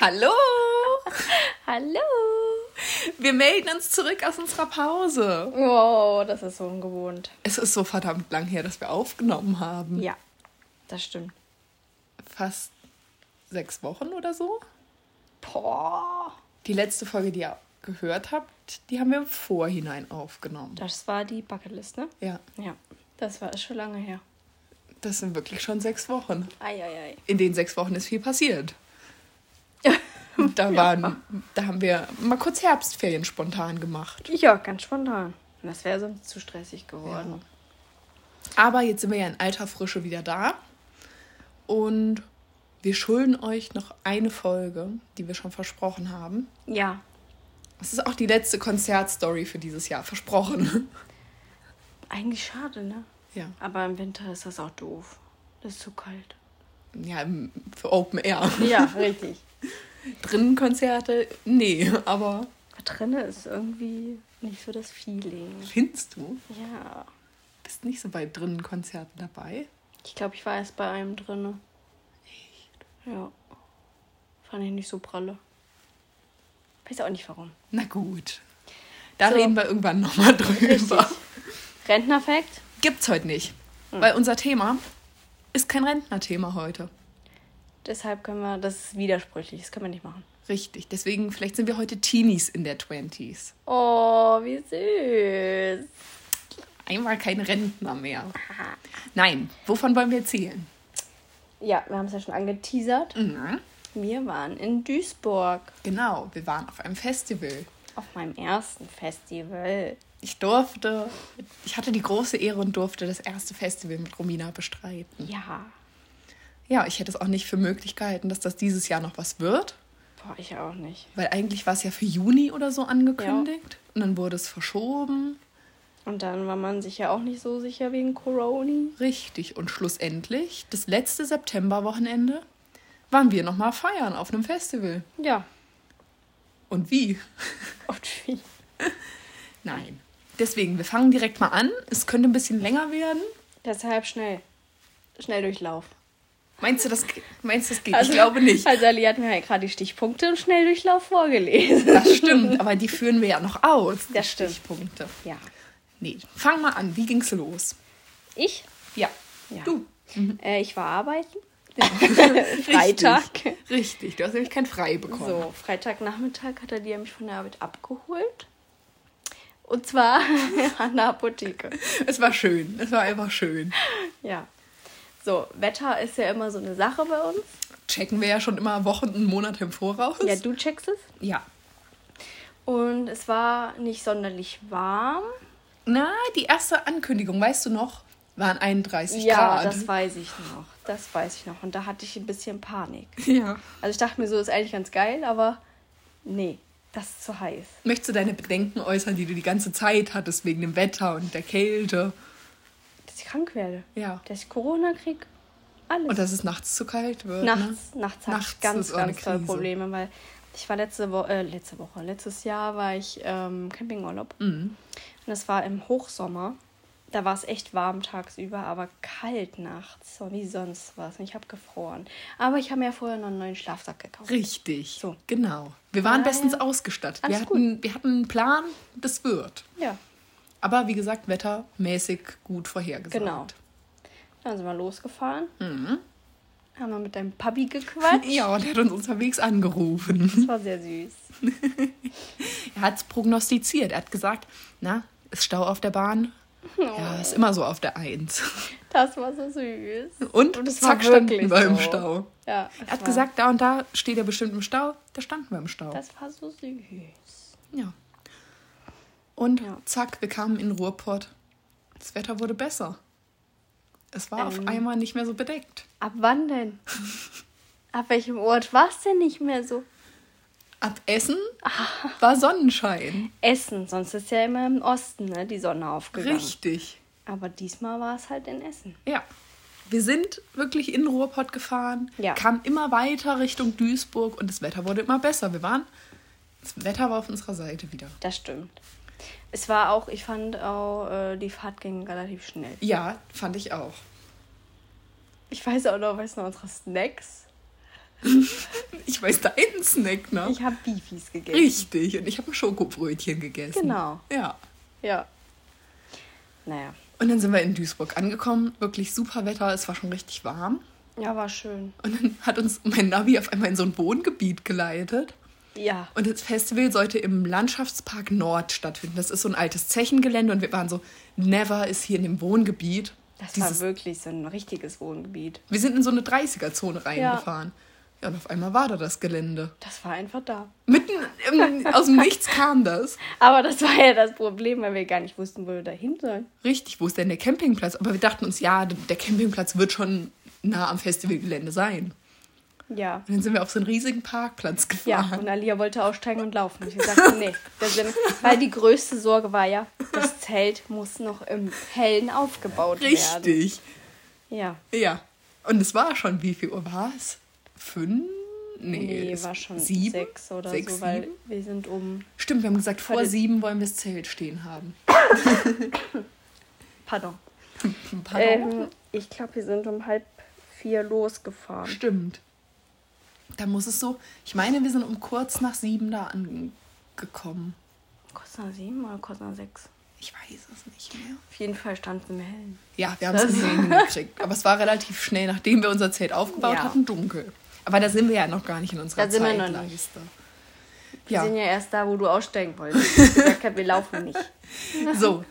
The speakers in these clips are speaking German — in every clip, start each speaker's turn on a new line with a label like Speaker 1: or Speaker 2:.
Speaker 1: Hallo!
Speaker 2: Hallo!
Speaker 1: Wir melden uns zurück aus unserer Pause.
Speaker 2: Wow, das ist so ungewohnt.
Speaker 1: Es ist so verdammt lang her, dass wir aufgenommen haben.
Speaker 2: Ja, das stimmt.
Speaker 1: Fast sechs Wochen oder so.
Speaker 2: Boah.
Speaker 1: Die letzte Folge, die ihr gehört habt, die haben wir im Vorhinein aufgenommen.
Speaker 2: Das war die Bucketlist, ne?
Speaker 1: Ja,
Speaker 2: Ja, das war schon lange her.
Speaker 1: das sind wirklich schon sechs Wochen.
Speaker 2: Eieiei.
Speaker 1: In den sechs Wochen ist viel passiert. Da, waren, da haben wir mal kurz Herbstferien spontan gemacht.
Speaker 2: Ja, ganz spontan. Das wäre sonst zu stressig geworden.
Speaker 1: Aber jetzt sind wir ja in alter Frische wieder da. Und wir schulden euch noch eine Folge, die wir schon versprochen haben.
Speaker 2: Ja.
Speaker 1: Es ist auch die letzte Konzertstory für dieses Jahr, versprochen.
Speaker 2: eigentlich schade, ne?
Speaker 1: Ja,
Speaker 2: Aber im Winter ist das auch doof. Das ist zu kalt.
Speaker 1: ja im- für Open Air.
Speaker 2: Ja, richtig.
Speaker 1: Drinnen Konzerte? Nee, aber
Speaker 2: Da drinnen ist irgendwie nicht so das Feeling.
Speaker 1: findest du?
Speaker 2: Ja.
Speaker 1: Bist nicht so bei drinnen Konzerten dabei?
Speaker 2: Ich glaube, ich war erst bei einem drinne. Ja. Fand ich nicht so pralle. Weiß auch nicht warum.
Speaker 1: Na gut. Da
Speaker 2: So.
Speaker 1: reden wir irgendwann nochmal drüber.
Speaker 2: Rentnerfakt?
Speaker 1: Gibt's heute nicht. Weil unser Thema ist kein Rentnerthema heute.
Speaker 2: Deshalb können wir, das ist widersprüchlich, das können wir nicht machen.
Speaker 1: Richtig. Deswegen, vielleicht sind wir heute Teenies in der Twenties.
Speaker 2: Oh, wie süß.
Speaker 1: Einmal kein Rentner mehr. Nein, wovon wollen wir erzählen?
Speaker 2: Ja, wir haben es ja schon angeteasert.
Speaker 1: Mhm.
Speaker 2: Wir waren in Duisburg
Speaker 1: Genau, wir waren auf einem Festival.
Speaker 2: auf meinem ersten Festival.
Speaker 1: Ich durfte, ich hatte die große Ehre und durfte das erste Festival mit Romina bestreiten.
Speaker 2: Ja.
Speaker 1: Ja, ich hätte es auch nicht für möglich gehalten, dass das dieses Jahr noch was wird,
Speaker 2: Boah, ich auch nicht.
Speaker 1: weil eigentlich war es ja für Juni oder so angekündigt und dann wurde es verschoben.
Speaker 2: Und dann war man sich ja auch nicht so sicher wegen Corona.
Speaker 1: Richtig. Und schlussendlich, das letzte Septemberwochenende, waren wir nochmal feiern auf einem Festival.
Speaker 2: Ja.
Speaker 1: Und wie?
Speaker 2: Und wie?
Speaker 1: Nein. Deswegen, wir fangen direkt mal an. Es könnte ein bisschen länger werden.
Speaker 2: Deshalb schnell. Schnell durchlauf.
Speaker 1: Meinst du, das, ge- meinst du, das geht? ich glaube nicht.
Speaker 2: Also Ali hat mir ja gerade die Stichpunkte im Schnelldurchlauf vorgelesen.
Speaker 1: Das stimmt, aber die führen wir ja noch aus. die
Speaker 2: Das stimmt.
Speaker 1: Stichpunkte.
Speaker 2: Ja.
Speaker 1: Nee, fang mal an. Wie ging's los?
Speaker 2: Ich?
Speaker 1: Ja. Mhm.
Speaker 2: Ja.
Speaker 1: Du.
Speaker 2: Äh, ich war arbeiten. Freitag.
Speaker 1: Richtig. Richtig. Du hast nämlich kein Frei bekommen.
Speaker 2: So, Freitagnachmittag hat Alia mich von der Arbeit abgeholt. Und zwar an der Apotheke.
Speaker 1: Es war schön. Es war einfach schön.
Speaker 2: Ja. So, Wetter ist ja immer so eine Sache bei uns.
Speaker 1: Checken wir ja schon immer Wochen und Monate im Voraus.
Speaker 2: Ja, du checkst es.
Speaker 1: ja.
Speaker 2: Und es war nicht sonderlich warm.
Speaker 1: Na, die erste Ankündigung, weißt du noch, waren 31
Speaker 2: ja,
Speaker 1: Grad.
Speaker 2: das weiß ich noch. Das weiß ich noch. Und da hatte ich ein bisschen Panik.
Speaker 1: ja.
Speaker 2: Also ich dachte mir so, ist eigentlich ganz geil, aber nee, das ist zu heiß.
Speaker 1: Möchtest du deine Bedenken äußern, die du die ganze Zeit hattest wegen dem Wetter und der Kälte?
Speaker 2: Dass ich krank werde.
Speaker 1: Ja.
Speaker 2: Dass ich Corona krieg. Alles.
Speaker 1: Und dass es nachts zu kalt wird. ne?
Speaker 2: Nachts, nachts habe
Speaker 1: Nachts
Speaker 2: ich ganz,
Speaker 1: ist auch eine
Speaker 2: ganz tolle
Speaker 1: Krise.
Speaker 2: Probleme, weil ich war letzte Woche, äh, letzte Woche, letztes Jahr war ich ähm, Campingurlaub.
Speaker 1: Mhm.
Speaker 2: Und das war im Hochsommer. Da war es echt warm tagsüber, aber kalt nachts. So wie sonst was. Und ich habe gefroren. Aber ich habe mir vorher noch einen neuen Schlafsack
Speaker 1: Ne?
Speaker 2: gekauft.
Speaker 1: Richtig.
Speaker 2: So.
Speaker 1: Genau. Wir waren
Speaker 2: Ja,
Speaker 1: bestens
Speaker 2: ja.
Speaker 1: ausgestattet. Wir
Speaker 2: Alles
Speaker 1: hatten, wir hatten einen Plan, das wird.
Speaker 2: Ja,
Speaker 1: Aber wie gesagt, wettermäßig gut vorhergesagt.
Speaker 2: genau. Dann sind wir losgefahren.
Speaker 1: Mhm.
Speaker 2: Haben wir mit deinem Papi gequatscht.
Speaker 1: Ja, und er hat uns unterwegs angerufen.
Speaker 2: Das war sehr süß.
Speaker 1: Er hat es prognostiziert. Er hat gesagt, na, ist Stau auf der Bahn?
Speaker 2: Mhm.
Speaker 1: Ja, ist immer so auf der Eins.
Speaker 2: Das war so süß.
Speaker 1: Und,
Speaker 2: es
Speaker 1: zack,
Speaker 2: war
Speaker 1: standen
Speaker 2: wirklich
Speaker 1: wir im
Speaker 2: so.
Speaker 1: Stau.
Speaker 2: Ja, es
Speaker 1: Er hat
Speaker 2: war-
Speaker 1: gesagt, da und da steht er bestimmt im Stau. Da standen wir im Stau.
Speaker 2: Das war so süß.
Speaker 1: ja. Und
Speaker 2: Ja.
Speaker 1: zack, wir kamen in Ruhrpott. Das Wetter wurde besser. Es war auf
Speaker 2: Ähm.
Speaker 1: einmal nicht mehr so bedeckt.
Speaker 2: Ab wann denn? Ab welchem Ort war es denn nicht mehr so?
Speaker 1: Ab Essen
Speaker 2: Ah.
Speaker 1: war Sonnenschein.
Speaker 2: Essen, sonst ist ja immer im Osten, ne, die Sonne aufgegangen.
Speaker 1: Richtig.
Speaker 2: Aber diesmal war es halt in Essen.
Speaker 1: Ja. Wir sind wirklich in Ruhrpott gefahren,
Speaker 2: Ja.
Speaker 1: kamen immer weiter Richtung Duisburg und das Wetter wurde immer besser. Wir waren, das Wetter war auf unserer Seite wieder.
Speaker 2: Das stimmt. Es war auch, ich fand auch, äh, die Fahrt ging relativ schnell.
Speaker 1: Ja, fand ich auch.
Speaker 2: Ich weiß auch noch, weißt du, noch, unsere Snacks.
Speaker 1: Ich weiß, deinen Snack, ne?
Speaker 2: Ich habe Beefies gegessen.
Speaker 1: Richtig. Und ich habe ein Schokobrötchen gegessen.
Speaker 2: Genau.
Speaker 1: Ja.
Speaker 2: Ja. Naja.
Speaker 1: Und dann sind wir in Duisburg angekommen. Wirklich super Wetter. Es war schon richtig warm.
Speaker 2: Ja, war schön.
Speaker 1: Und dann hat uns mein Navi auf einmal in so ein Wohngebiet geleitet.
Speaker 2: Ja.
Speaker 1: Und das Festival sollte im Landschaftspark Nord stattfinden. Das ist so ein altes Zechengelände und wir waren so, never ist hier in dem Wohngebiet.
Speaker 2: Das
Speaker 1: Dieses-
Speaker 2: war wirklich so ein richtiges Wohngebiet.
Speaker 1: Wir sind in so eine 30er-Zone reingefahren. Ja. und auf einmal war da das Gelände.
Speaker 2: Das war einfach da.
Speaker 1: Mitten im, aus dem Nichts kam das.
Speaker 2: Aber das war ja das Problem, weil wir gar nicht wussten, wo wir da hin sollen.
Speaker 1: Richtig, wo ist denn der Campingplatz? Aber wir dachten uns, ja, der Campingplatz wird schon nah am Festivalgelände sein.
Speaker 2: Ja.
Speaker 1: Und dann sind wir auf so einen riesigen Parkplatz
Speaker 2: Ja,
Speaker 1: gefahren.
Speaker 2: und Alia wollte aussteigen und laufen. Ich sagte, nee. Das sind, weil die größte Sorge war ja, das Zelt muss noch im Hellen aufgebaut werden.
Speaker 1: Richtig.
Speaker 2: Ja,
Speaker 1: Ja. Und es war schon, wie viel Uhr war es? Fünf? Nee,
Speaker 2: nee,
Speaker 1: es-
Speaker 2: war schon
Speaker 1: sieben?
Speaker 2: sechs oder
Speaker 1: Sechs,
Speaker 2: so, weil
Speaker 1: sieben?
Speaker 2: wir sind um,
Speaker 1: Stimmt, wir haben gesagt, vor
Speaker 2: Weil-
Speaker 1: sieben wollen wir das Zelt stehen haben.
Speaker 2: pardon,
Speaker 1: Ein paar
Speaker 2: ähm, ich glaube, wir sind um halb vier losgefahren.
Speaker 1: Stimmt. Dann muss es so. Ich meine, wir sind um kurz nach sieben da angekommen.
Speaker 2: Kurz nach sieben oder kurz nach sechs?
Speaker 1: Ich weiß es nicht mehr.
Speaker 2: Auf jeden Fall stand es im Hellen.
Speaker 1: Ja, wir haben es
Speaker 2: Das-
Speaker 1: nicht hingekriegt. Aber es war relativ schnell, nachdem wir unser Zelt aufgebaut
Speaker 2: Ja.
Speaker 1: hatten, dunkel. Aber da sind wir ja noch gar nicht in unserer
Speaker 2: Da sind wir noch nicht.
Speaker 1: Zeitleiste.
Speaker 2: Wir
Speaker 1: Ja,
Speaker 2: sind ja erst da, wo du aussteigen wolltest. Ich hab gesagt, wir laufen nicht.
Speaker 1: so.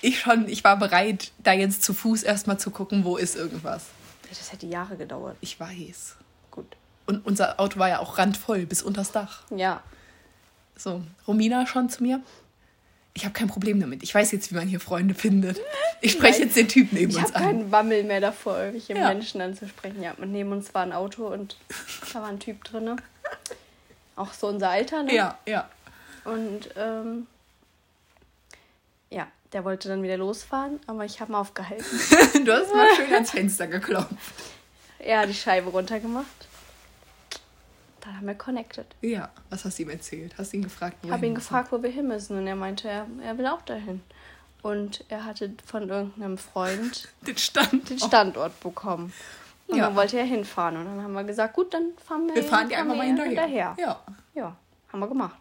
Speaker 1: Ich schon, ich war bereit, da jetzt zu Fuß erstmal zu gucken, wo ist irgendwas.
Speaker 2: Das hätte Jahre gedauert.
Speaker 1: Ich weiß.
Speaker 2: Gut.
Speaker 1: Und unser Auto war ja auch randvoll, bis unters Dach.
Speaker 2: Ja,
Speaker 1: So, Romina schon zu mir. Ich habe kein Problem damit. Ich weiß jetzt, wie man hier Freunde findet. Ich spreche jetzt den Typ neben
Speaker 2: Ich
Speaker 1: uns
Speaker 2: habe
Speaker 1: an.
Speaker 2: keinen Wammel mehr davor, irgendwelche
Speaker 1: Ja.
Speaker 2: Menschen anzusprechen. Ja, und neben uns war ein Auto und da war ein Typ drin. Auch so unser Alter, ne?
Speaker 1: Ja, ja.
Speaker 2: Und ähm, ja, der wollte dann wieder losfahren, aber ich habe ihn aufgehalten.
Speaker 1: Du hast mal schön ans Fenster geklopft.
Speaker 2: Er hat die Scheibe runtergemacht. Dann haben wir connected.
Speaker 1: Ja, was hast du ihm erzählt? Hast du ihn gefragt?
Speaker 2: Ich
Speaker 1: wohin
Speaker 2: habe ihn
Speaker 1: wir
Speaker 2: gefragt, wo wir hin müssen und er meinte, er, er will auch dahin. Und er hatte von irgendeinem Freund
Speaker 1: sind? Den Stand.
Speaker 2: den Standort bekommen. Und
Speaker 1: Oh. Ja.
Speaker 2: dann wollte er hinfahren. Und dann haben wir gesagt, gut, dann fahren wir,
Speaker 1: Wir fahren die einfach mal hinterher.
Speaker 2: hinterher. Ja.
Speaker 1: Ja.
Speaker 2: haben wir gemacht.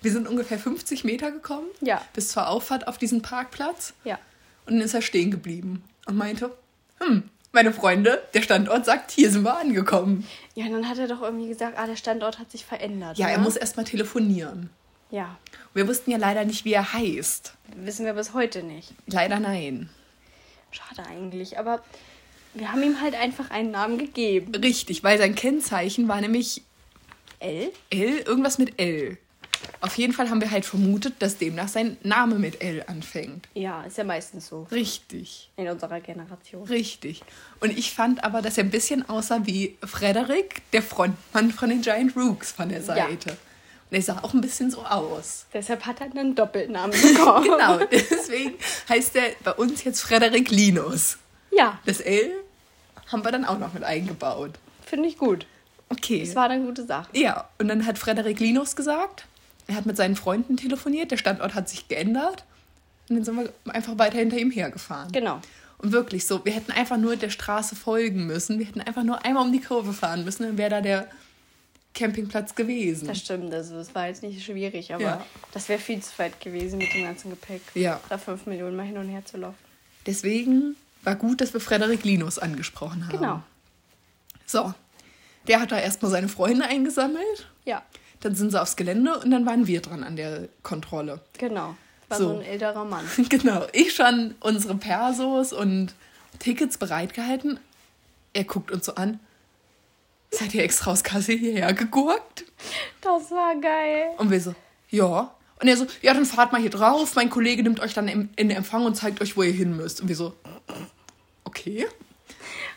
Speaker 1: Wir sind ungefähr 50 Meter gekommen.
Speaker 2: Ja.
Speaker 1: Bis zur Auffahrt auf diesen Parkplatz.
Speaker 2: Ja.
Speaker 1: Und dann ist er stehen geblieben und meinte, hm, meine Freunde, der Standort sagt, hier sind wir angekommen.
Speaker 2: Ja, und dann hat er doch irgendwie gesagt, ah, der Standort hat sich verändert.
Speaker 1: Ja,
Speaker 2: ne?
Speaker 1: er muss erstmal telefonieren.
Speaker 2: Ja,
Speaker 1: Wir wussten ja leider nicht, wie er heißt.
Speaker 2: wissen wir bis heute nicht.
Speaker 1: Leider nein.
Speaker 2: Schade eigentlich, aber wir haben ihm halt einfach einen Namen gegeben.
Speaker 1: Richtig, weil sein Kennzeichen war nämlich
Speaker 2: L?
Speaker 1: L, irgendwas mit L. Auf jeden Fall haben wir halt vermutet, dass demnach sein Name mit L anfängt.
Speaker 2: Ja, ist ja meistens so
Speaker 1: Richtig,
Speaker 2: in unserer Generation.
Speaker 1: richtig. Und ich fand aber, dass er ein bisschen aussah wie Frederik, der Frontmann von den Giant Rooks von der Seite. Und er sah auch ein bisschen so aus.
Speaker 2: Deshalb hat er einen Doppelnamen bekommen.
Speaker 1: Genau, deswegen heißt er bei uns jetzt Frederik Linus.
Speaker 2: Ja,
Speaker 1: Das L haben wir dann auch noch mit eingebaut.
Speaker 2: finde ich gut.
Speaker 1: Okay.
Speaker 2: Es war eine gute Sache.
Speaker 1: Ja, und dann hat Frederik Linus gesagt, er hat mit seinen Freunden telefoniert, der Standort hat sich geändert. Und dann sind wir einfach weiter hinter ihm hergefahren.
Speaker 2: Genau.
Speaker 1: Und wirklich so, wir hätten einfach nur der Straße folgen müssen. Wir hätten einfach nur einmal um die Kurve fahren müssen, dann wäre da der Campingplatz gewesen.
Speaker 2: Das stimmt, also es war jetzt nicht schwierig, aber
Speaker 1: Ja.
Speaker 2: das wäre viel zu weit gewesen mit dem ganzen Gepäck.
Speaker 1: Ja.
Speaker 2: Da fünf Millionen mal hin und her zu laufen.
Speaker 1: Deswegen war gut, dass wir Frederik Linus angesprochen haben.
Speaker 2: Genau.
Speaker 1: So, der hat da erstmal seine Freunde eingesammelt,
Speaker 2: Ja,
Speaker 1: dann sind sie aufs Gelände und dann waren wir dran an der Kontrolle.
Speaker 2: genau. War
Speaker 1: So.
Speaker 2: so, ein älterer Mann.
Speaker 1: Genau, ich schon unsere Persos und Tickets bereitgehalten. Er guckt uns so an. Seid ihr extra aus Kassel hierher gegurkt?
Speaker 2: Das war geil.
Speaker 1: Und wir so, ja. Und er so, ja, dann fahrt mal hier drauf. Mein Kollege nimmt euch dann in, in Empfang und zeigt euch, wo ihr hin müsst. Und wir so, okay.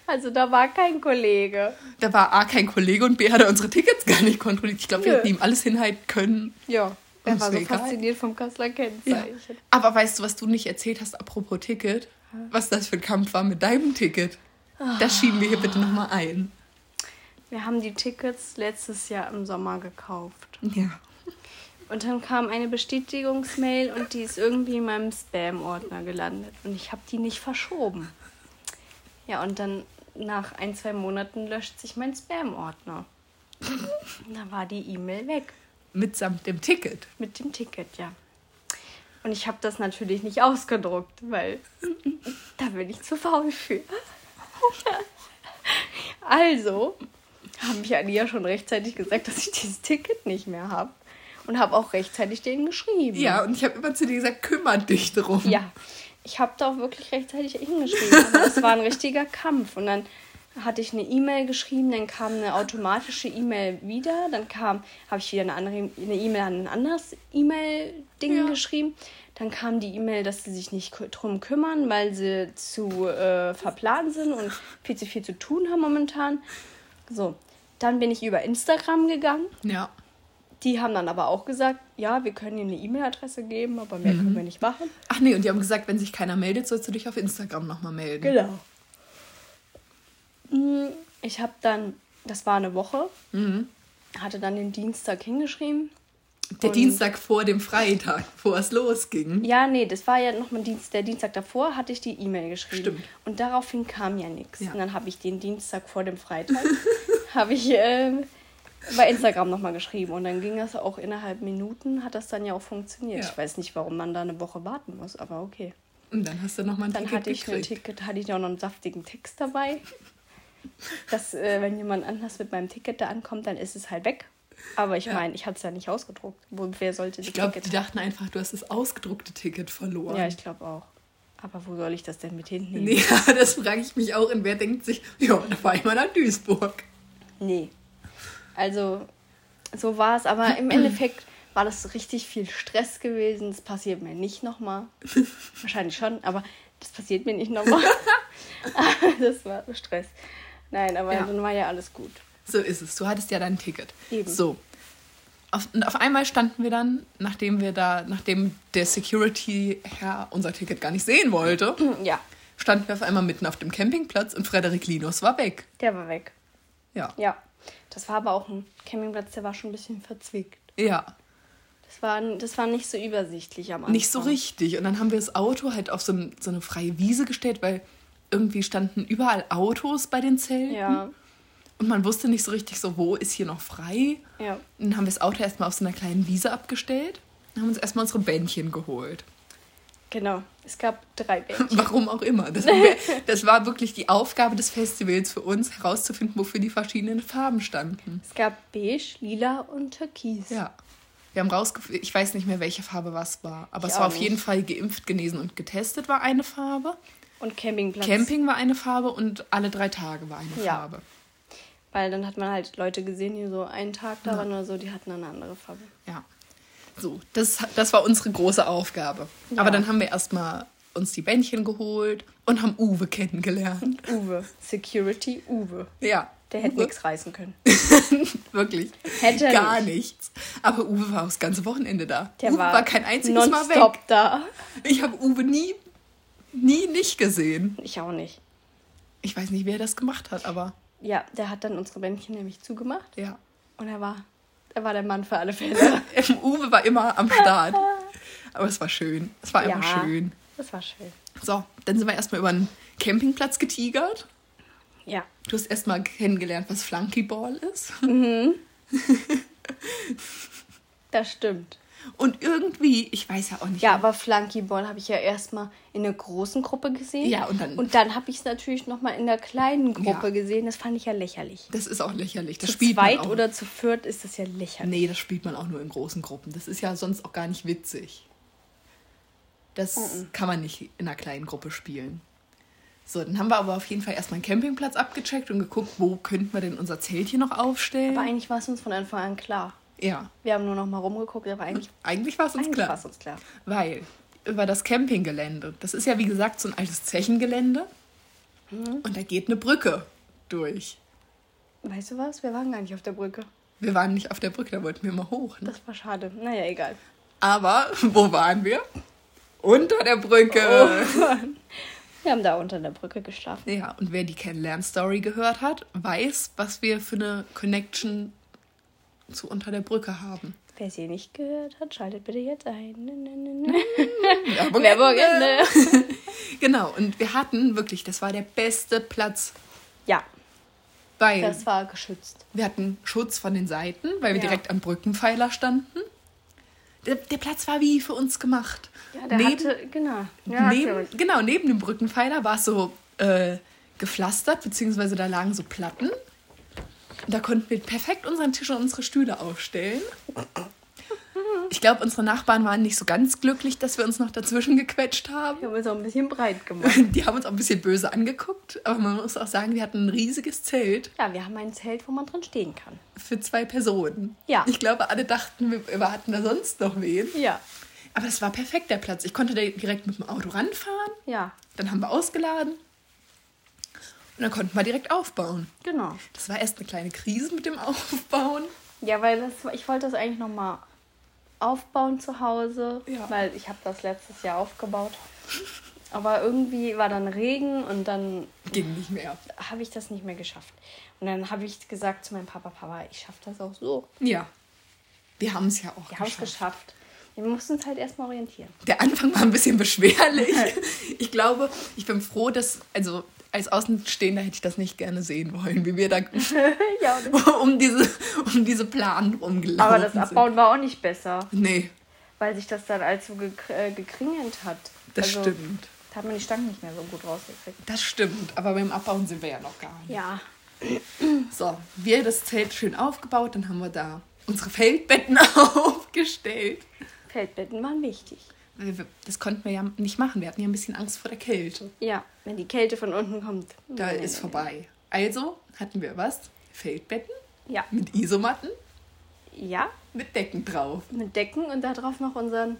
Speaker 2: Also da war kein Kollege.
Speaker 1: Da war A kein Kollege und B hat er unsere Tickets gar nicht kontrolliert. Ich glaube, wir
Speaker 2: Nö.
Speaker 1: hätten ihm alles hinhalten können.
Speaker 2: Ja.
Speaker 1: Uns
Speaker 2: Er war so
Speaker 1: egal.
Speaker 2: fasziniert vom Kasseler
Speaker 1: Ja.
Speaker 2: Kennzeichen.
Speaker 1: Aber weißt du, was du nicht erzählt hast, apropos Ticket? Was das für ein Kampf war mit deinem Ticket?
Speaker 2: Ah.
Speaker 1: Das schieben wir hier bitte nochmal ein.
Speaker 2: Wir haben die Tickets letztes Jahr im Sommer gekauft.
Speaker 1: Ja.
Speaker 2: Und dann kam eine Bestätigungsmail und die ist irgendwie in meinem Spam-Ordner gelandet. Und ich habe die nicht verschoben. Ja, und dann nach ein, zwei Monaten löscht sich mein Spam-Ordner. da war die E-Mail weg.
Speaker 1: Mitsamt dem Ticket.
Speaker 2: Mit dem Ticket, ja. Und ich habe das natürlich nicht ausgedruckt, weil da bin ich zu faul für. also habe ich Anja schon rechtzeitig gesagt, dass ich dieses Ticket nicht mehr habe. Und habe auch rechtzeitig denen geschrieben.
Speaker 1: Ja, und ich habe immer zu dir gesagt, kümmert dich drum.
Speaker 2: Ja, ne? ich habe da auch wirklich rechtzeitig hingeschrieben. Aber das war ein richtiger Kampf. Und dann hatte ich eine E-Mail geschrieben, dann kam eine automatische E-Mail wieder, dann kam, habe ich wieder eine andere eine E-Mail an ein anderes E-Mail-Ding
Speaker 1: Ja.
Speaker 2: geschrieben. Dann kam die E-Mail, dass sie sich nicht kü- drum kümmern, weil sie zu äh, verplant sind und viel zu viel zu tun haben momentan. So, dann bin ich über Instagram gegangen.
Speaker 1: Ja.
Speaker 2: Die haben dann aber auch gesagt, ja, wir können ihnen eine E-Mail-Adresse geben, aber mehr können wir nicht machen.
Speaker 1: Ach nee, und die haben gesagt, wenn sich keiner meldet, sollst du dich auf Instagram nochmal melden.
Speaker 2: Genau. Hm, Ich habe dann, das war eine Woche,
Speaker 1: Mhm.
Speaker 2: hatte dann den Dienstag hingeschrieben.
Speaker 1: Der
Speaker 2: Und-
Speaker 1: Dienstag vor dem Freitag, bevor es losging.
Speaker 2: Ja, nee, das war ja nochmal Dienst, der Dienstag davor, hatte ich die E-Mail geschrieben.
Speaker 1: Stimmt.
Speaker 2: Und daraufhin kam ja nichts.
Speaker 1: Ja.
Speaker 2: Und dann habe ich den Dienstag vor dem Freitag, habe ich ähm, bei Instagram nochmal geschrieben. Und dann ging das auch innerhalb Minuten, hat das dann ja auch funktioniert.
Speaker 1: Ja.
Speaker 2: Ich weiß nicht, warum man da eine Woche warten muss, aber okay.
Speaker 1: Und dann hast du nochmal ein
Speaker 2: Dann
Speaker 1: Ticket
Speaker 2: hatte ich ein
Speaker 1: gekriegt.
Speaker 2: Ticket, hatte ich auch noch einen saftigen Text dabei. Dass, äh, wenn jemand anders mit meinem Ticket da ankommt, dann ist es halt weg. Aber ich meine, ich hatte es ja nicht ausgedruckt. Wo, wer sollte die
Speaker 1: ich glaube, die
Speaker 2: Ticket
Speaker 1: dachten einfach, du hast das ausgedruckte Ticket verloren.
Speaker 2: Ja, ich glaube auch. Aber wo soll ich das denn mit hinnehmen?
Speaker 1: Nee, ja, das frage ich mich auch. Und wer denkt sich, ja, da war ich mal nach Duisburg.
Speaker 2: Nee. Also, so war es. Aber im Endeffekt war das richtig viel Stress gewesen. Das passiert mir nicht nochmal. Wahrscheinlich schon, aber das passiert mir nicht nochmal. das war Stress. Nein, aber
Speaker 1: Ja.
Speaker 2: dann war ja alles gut.
Speaker 1: So ist es. Du hattest ja dein Ticket.
Speaker 2: Eben.
Speaker 1: So. Auf, und auf einmal standen wir dann, nachdem wir da, nachdem der Security-Herr unser Ticket gar nicht sehen wollte,
Speaker 2: Ja,
Speaker 1: standen wir auf einmal mitten auf dem Campingplatz und Frederik Linus war weg.
Speaker 2: der war weg.
Speaker 1: Ja.
Speaker 2: Ja. Das war aber auch ein Campingplatz, der war schon ein bisschen verzwickt.
Speaker 1: Ja.
Speaker 2: Das war, das war nicht so übersichtlich am Anfang.
Speaker 1: Nicht so richtig. Und dann haben wir das Auto halt auf so, ein, so eine freie Wiese gestellt, weil irgendwie standen überall Autos bei den Zelten.
Speaker 2: Ja,
Speaker 1: Und man wusste nicht so richtig so, wo ist hier noch frei.
Speaker 2: ja.
Speaker 1: Und dann haben wir das Auto erstmal auf so einer kleinen Wiese abgestellt und haben uns erstmal unsere Bändchen geholt.
Speaker 2: Genau. Es gab drei Bändchen.
Speaker 1: Warum auch immer. Das, haben wir, das war wirklich die Aufgabe des Festivals für uns, herauszufinden, wofür die verschiedenen Farben standen.
Speaker 2: Es gab beige, lila und türkis.
Speaker 1: Ja. Wir haben rausgefunden, ich weiß nicht mehr, welche Farbe was war, aber
Speaker 2: Ich
Speaker 1: es war
Speaker 2: auch
Speaker 1: auf jeden
Speaker 2: nicht.
Speaker 1: Fall geimpft, genesen und getestet war eine Farbe.
Speaker 2: Und Campingplatz.
Speaker 1: Camping war eine Farbe und alle drei Tage war eine
Speaker 2: Ja.
Speaker 1: Farbe.
Speaker 2: Weil dann hat man halt Leute gesehen, die so einen Tag da waren oder so, die hatten dann eine andere Farbe.
Speaker 1: Ja. So, das, das war unsere große Aufgabe.
Speaker 2: Ja.
Speaker 1: Aber dann haben wir erstmal uns die Bändchen geholt und haben Uwe kennengelernt.
Speaker 2: Uwe. Security Uwe.
Speaker 1: Ja.
Speaker 2: Der hätte
Speaker 1: Uwe,
Speaker 2: nichts reißen können.
Speaker 1: Wirklich.
Speaker 2: Hätte er
Speaker 1: Gar
Speaker 2: nicht.
Speaker 1: nichts. Aber Uwe war auch das ganze Wochenende da.
Speaker 2: Der
Speaker 1: Uwe
Speaker 2: war,
Speaker 1: war, kein einziges Mal
Speaker 2: nonstop
Speaker 1: weg.
Speaker 2: da.
Speaker 1: Ich habe Uwe nie, nie nicht gesehen.
Speaker 2: Ich auch nicht.
Speaker 1: Ich weiß nicht, wer das gemacht hat, aber
Speaker 2: Ja, der hat dann unsere Bändchen nämlich zugemacht.
Speaker 1: ja.
Speaker 2: Und er war, er war der Mann für alle Fälle.
Speaker 1: Uwe war immer am Start. Aber es war schön. Es war einfach
Speaker 2: Ja.
Speaker 1: schön.
Speaker 2: Das war schön.
Speaker 1: So, dann sind wir erstmal über einen Campingplatz getigert.
Speaker 2: Ja.
Speaker 1: Du hast erstmal kennengelernt, was Flunkyball ist.
Speaker 2: Das stimmt.
Speaker 1: Und irgendwie, ich weiß ja auch nicht.
Speaker 2: Ja, aber Flunkyball habe ich ja erstmal in einer großen Gruppe gesehen.
Speaker 1: Ja, und dann-
Speaker 2: Und dann habe ich es natürlich nochmal in der kleinen Gruppe
Speaker 1: Ja.
Speaker 2: gesehen. Das fand ich ja lächerlich.
Speaker 1: Das ist auch lächerlich. Das
Speaker 2: zu
Speaker 1: spielt
Speaker 2: zweit
Speaker 1: man auch.
Speaker 2: oder zu viert ist das ja lächerlich.
Speaker 1: Nee, das spielt man auch nur in großen Gruppen. Das ist ja sonst auch gar nicht witzig. Das kann man nicht in einer kleinen Gruppe spielen. So, dann haben wir aber auf jeden Fall erstmal einen Campingplatz abgecheckt und geguckt, wo könnten wir denn unser Zelt hier noch aufstellen.
Speaker 2: Aber eigentlich war es uns von Anfang an klar.
Speaker 1: ja,
Speaker 2: Wir haben nur noch mal rumgeguckt, aber eigentlich,
Speaker 1: eigentlich war es uns
Speaker 2: eigentlich war
Speaker 1: klar.
Speaker 2: es uns klar.
Speaker 1: Weil über das Campinggelände, das ist ja wie gesagt so ein altes Zechengelände
Speaker 2: Mhm.
Speaker 1: und da geht eine Brücke durch.
Speaker 2: Weißt du was? Wir waren gar nicht auf der Brücke.
Speaker 1: Wir waren nicht auf der Brücke, da wollten wir mal hoch. Ne?
Speaker 2: Das war schade. Naja, egal.
Speaker 1: Aber wo waren wir? Unter der Brücke.
Speaker 2: Wir haben da unter der Brücke geschlafen.
Speaker 1: Ja, und wer die Kennenlern-Story gehört hat, weiß, was wir für eine Connection zu Unter der Brücke haben.
Speaker 2: Wer sie nicht gehört hat, schaltet bitte jetzt ein. Ne, Nö, nö, nö, nö.
Speaker 1: Werbung
Speaker 2: Werbung
Speaker 1: Ende.
Speaker 2: Ende.
Speaker 1: Genau, und wir hatten wirklich, das war der beste Platz.
Speaker 2: Ja,
Speaker 1: Weil
Speaker 2: das war geschützt.
Speaker 1: wir hatten Schutz von den Seiten, weil wir
Speaker 2: Ja.
Speaker 1: direkt am Brückenpfeiler standen. Der, der Platz war wie für uns gemacht.
Speaker 2: Ja, der hatte, genau. Ja,
Speaker 1: neben,
Speaker 2: okay.
Speaker 1: genau, neben dem Brückenpfeiler war es so äh, gepflastert, beziehungsweise da lagen so Platten. Da konnten wir perfekt unseren Tisch und unsere Stühle aufstellen. Ich glaube, unsere Nachbarn waren nicht so ganz glücklich, dass wir uns noch dazwischen gequetscht haben.
Speaker 2: Wir haben uns auch ein bisschen breit gemacht.
Speaker 1: Die haben uns auch ein bisschen böse angeguckt, aber man muss auch sagen, wir hatten ein riesiges Zelt
Speaker 2: Ja, wir haben ein Zelt, wo man drin stehen kann.
Speaker 1: für zwei Personen.
Speaker 2: Ja.
Speaker 1: Ich glaube, alle dachten, wir wir hatten da sonst noch wen.
Speaker 2: Ja,
Speaker 1: Aber das war perfekt, der Platz. Ich konnte da direkt mit dem Auto ranfahren.
Speaker 2: ja,
Speaker 1: Dann haben wir ausgeladen. Und dann konnten wir direkt aufbauen.
Speaker 2: genau.
Speaker 1: Das war erst eine kleine Krise mit dem Aufbauen.
Speaker 2: Ja, weil das, ich wollte das eigentlich nochmal aufbauen zu Hause,
Speaker 1: Ja.
Speaker 2: weil ich habe das letztes Jahr aufgebaut. Aber irgendwie war dann Regen und dann
Speaker 1: Ging nicht mehr.
Speaker 2: habe ich das nicht mehr geschafft. Und dann habe ich gesagt zu meinem Papa, Papa, ich schaffe das auch so.
Speaker 1: Ja. Wir haben es ja auch
Speaker 2: Wir haben es
Speaker 1: geschafft.
Speaker 2: geschafft. Wir mussten uns halt erstmal orientieren.
Speaker 1: Der Anfang war ein bisschen beschwerlich. Ich glaube, ich bin froh, dass, also als Außenstehender hätte ich das nicht gerne sehen wollen, wie wir da
Speaker 2: ja, und-
Speaker 1: um diese, um diese Plan rumgelaufen
Speaker 2: aber das
Speaker 1: sind.
Speaker 2: Abbauen war auch nicht besser,
Speaker 1: Nee,
Speaker 2: weil sich das dann als so gekr- äh, gekringelt hat.
Speaker 1: das
Speaker 2: Also,
Speaker 1: stimmt.
Speaker 2: Da hat man die Stangen nicht mehr so gut rausgekriegt.
Speaker 1: Das stimmt, aber beim Abbauen sind wir ja noch gar nicht.
Speaker 2: Ja,
Speaker 1: So, wir das Zelt schön aufgebaut, dann haben wir da unsere Feldbetten aufgestellt.
Speaker 2: Feldbetten waren wichtig.
Speaker 1: Weil wir- Das konnten wir ja nicht machen. Wir hatten ja ein bisschen Angst vor der Kälte.
Speaker 2: Ja, wenn die Kälte von unten kommt.
Speaker 1: Da
Speaker 2: Nee,
Speaker 1: ist
Speaker 2: nee,
Speaker 1: vorbei. Also hatten wir was? Feldbetten
Speaker 2: nee. Ja,
Speaker 1: mit Isomatten,
Speaker 2: ja,
Speaker 1: mit Decken drauf.
Speaker 2: mit Decken und da drauf noch unseren.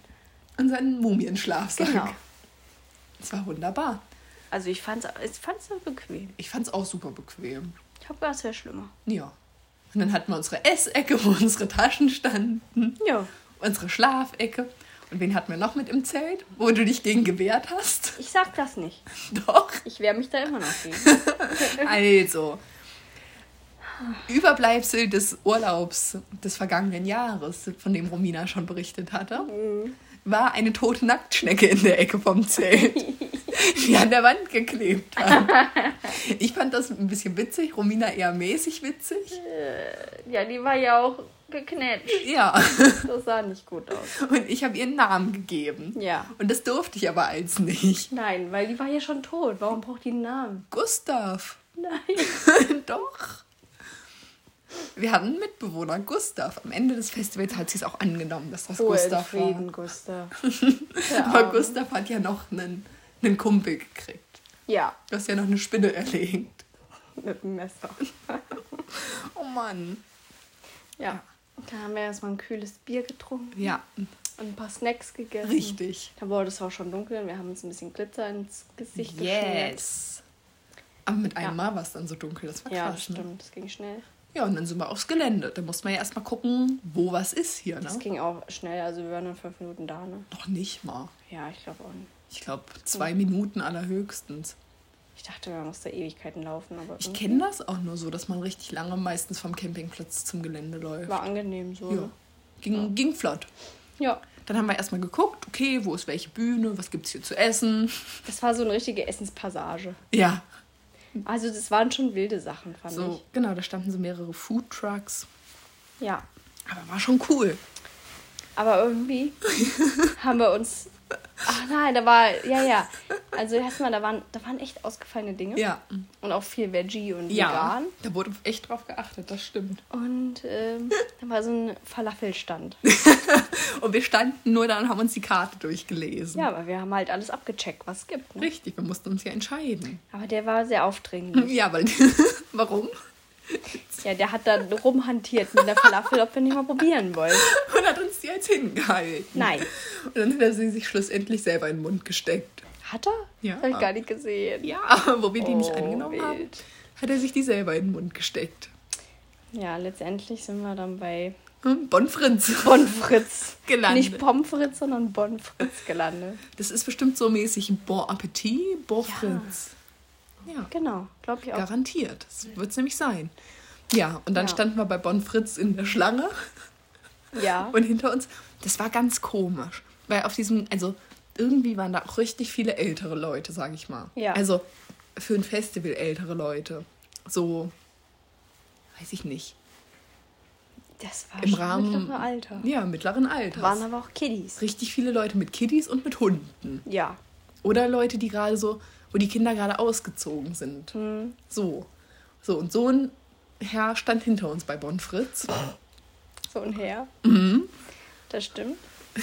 Speaker 1: Unseren Mumienschlafsack.
Speaker 2: Genau.
Speaker 1: Es war wunderbar.
Speaker 2: Also ich fand's, ich fand's so bequem.
Speaker 1: Ich fand es auch super bequem.
Speaker 2: Ich hab das wäre schlimmer.
Speaker 1: Ja. Und dann hatten wir unsere Essecke, wo unsere Taschen standen,
Speaker 2: Ja.
Speaker 1: unsere Schlafecke. Und wen hatten wir noch mit im Zelt, wo du dich gegen gewehrt hast?
Speaker 2: Ich sag das nicht.
Speaker 1: Doch.
Speaker 2: Ich wehre mich da immer noch gegen.
Speaker 1: Also, Überbleibsel des Urlaubs des vergangenen Jahres, von dem Romina schon berichtet hatte, war eine tote Nacktschnecke in der Ecke vom Zelt, die an der Wand geklebt hat. Ich fand das ein bisschen witzig, Romina eher mäßig witzig.
Speaker 2: ja, die war ja auch geknetscht.
Speaker 1: Ja,
Speaker 2: Das sah nicht gut aus.
Speaker 1: und ich habe ihr einen Namen gegeben.
Speaker 2: Ja.
Speaker 1: Und das durfte ich aber als nicht.
Speaker 2: Nein, weil die war ja schon tot. Warum braucht die einen Namen?
Speaker 1: Gustav.
Speaker 2: Nein.
Speaker 1: Doch. Wir hatten einen Mitbewohner, Gustav. Am Ende des Festivals hat sie es auch angenommen, dass das
Speaker 2: Ruhe in
Speaker 1: Gustav war.
Speaker 2: Frieden, Gustav.
Speaker 1: Aber Gustav hat ja noch einen, einen Kumpel gekriegt.
Speaker 2: Ja,
Speaker 1: Du hast ja noch eine Spinne erlegt.
Speaker 2: mit dem Messer.
Speaker 1: Oh Mann.
Speaker 2: Ja. Da haben wir erstmal ein kühles Bier getrunken
Speaker 1: Ja,
Speaker 2: und ein paar Snacks gegessen.
Speaker 1: richtig.
Speaker 2: Da wurde es auch schon dunkel und wir haben uns ein bisschen Glitzer ins Gesicht geschmiert.
Speaker 1: Yes. Aber mit einem Mal war es dann so dunkel, das war
Speaker 2: Ja, das
Speaker 1: krass. ne?
Speaker 2: stimmt, das ging schnell.
Speaker 1: Ja, und dann sind wir aufs Gelände. Da muss man ja erstmal gucken, wo was ist hier,
Speaker 2: Das
Speaker 1: ne?
Speaker 2: ging auch schnell, also wir waren in fünf Minuten da, ne?
Speaker 1: Noch nicht mal.
Speaker 2: Ja, ich glaube auch nicht.
Speaker 1: Ich glaube,
Speaker 2: Hm.
Speaker 1: zwei Minuten allerhöchstens.
Speaker 2: Ich dachte, man muss da Ewigkeiten laufen, aber hm,
Speaker 1: Ich
Speaker 2: irgendwie
Speaker 1: kenne das auch nur so, dass man richtig lange meistens vom Campingplatz zum Gelände läuft.
Speaker 2: war angenehm so.
Speaker 1: Ja.
Speaker 2: ne?
Speaker 1: Ging, ging flott.
Speaker 2: ja.
Speaker 1: Dann haben wir erstmal geguckt, okay, wo ist welche Bühne, was gibt's hier zu essen.
Speaker 2: Das war so eine richtige Essenspassage.
Speaker 1: Ja,
Speaker 2: Also das waren schon wilde Sachen, fand
Speaker 1: so. Genau, da standen so mehrere Food Trucks.
Speaker 2: ich. Ja.
Speaker 1: Aber war schon cool.
Speaker 2: Aber irgendwie haben wir uns. Ach nein, da war. Ja, ja. Also erstmal, da waren, da waren echt ausgefallene Dinge.
Speaker 1: Ja.
Speaker 2: Und auch viel Veggie und
Speaker 1: Ja.
Speaker 2: vegan.
Speaker 1: Da wurde echt drauf geachtet, das stimmt.
Speaker 2: Und ähm, da war so ein Falafelstand.
Speaker 1: Und wir standen nur da und haben uns die Karte durchgelesen.
Speaker 2: Ja, aber wir haben halt alles abgecheckt, was es gibt. Ne?
Speaker 1: Richtig, wir mussten uns ja entscheiden.
Speaker 2: Aber der war sehr aufdringlich.
Speaker 1: Ja, weil. warum?
Speaker 2: Ja, der hat dann rumhantiert mit der Falafel, ob wir nicht mal probieren wollen.
Speaker 1: Und hat uns die als hingehalten.
Speaker 2: Nein.
Speaker 1: Und dann hat er sie sich schlussendlich selber in den Mund gesteckt.
Speaker 2: Hat er?
Speaker 1: Ja.
Speaker 2: Hab ich gar nicht gesehen.
Speaker 1: Ja, wo wir die nicht
Speaker 2: Oh,
Speaker 1: angenommen haben,
Speaker 2: wild.
Speaker 1: hat er sich die selber in den Mund gesteckt.
Speaker 2: Ja, letztendlich sind wir dann bei
Speaker 1: Hm, Bon Fritz.
Speaker 2: Bonfritz.
Speaker 1: Gelandet.
Speaker 2: Nicht Pomfritz, sondern Bonfritz gelandet.
Speaker 1: Das ist bestimmt so mäßig Bon Appetit, Bon Fritz. Ja,
Speaker 2: Genau, glaube ich auch.
Speaker 1: garantiert. Das wird es nämlich sein. Ja, und dann
Speaker 2: Ja.
Speaker 1: standen wir bei Bon Fritz in der Schlange
Speaker 2: Ja.
Speaker 1: und hinter uns. Das war ganz komisch, weil auf diesem, also irgendwie waren da auch richtig viele ältere Leute, sag ich mal.
Speaker 2: Ja.
Speaker 1: Also für ein Festival ältere Leute. so, weiß ich nicht,
Speaker 2: Das war
Speaker 1: Im
Speaker 2: schon
Speaker 1: Rahmen-
Speaker 2: mittlere Alter.
Speaker 1: ja, mittleren Alters.
Speaker 2: Waren aber auch Kiddies.
Speaker 1: Richtig viele Leute mit Kiddies und mit Hunden.
Speaker 2: Ja.
Speaker 1: Oder Leute, die gerade so, wo die Kinder gerade ausgezogen sind.
Speaker 2: Hm.
Speaker 1: So. So, und so ein Herr stand hinter uns bei Bonfritz.
Speaker 2: So und her.
Speaker 1: Mhm.
Speaker 2: Das stimmt.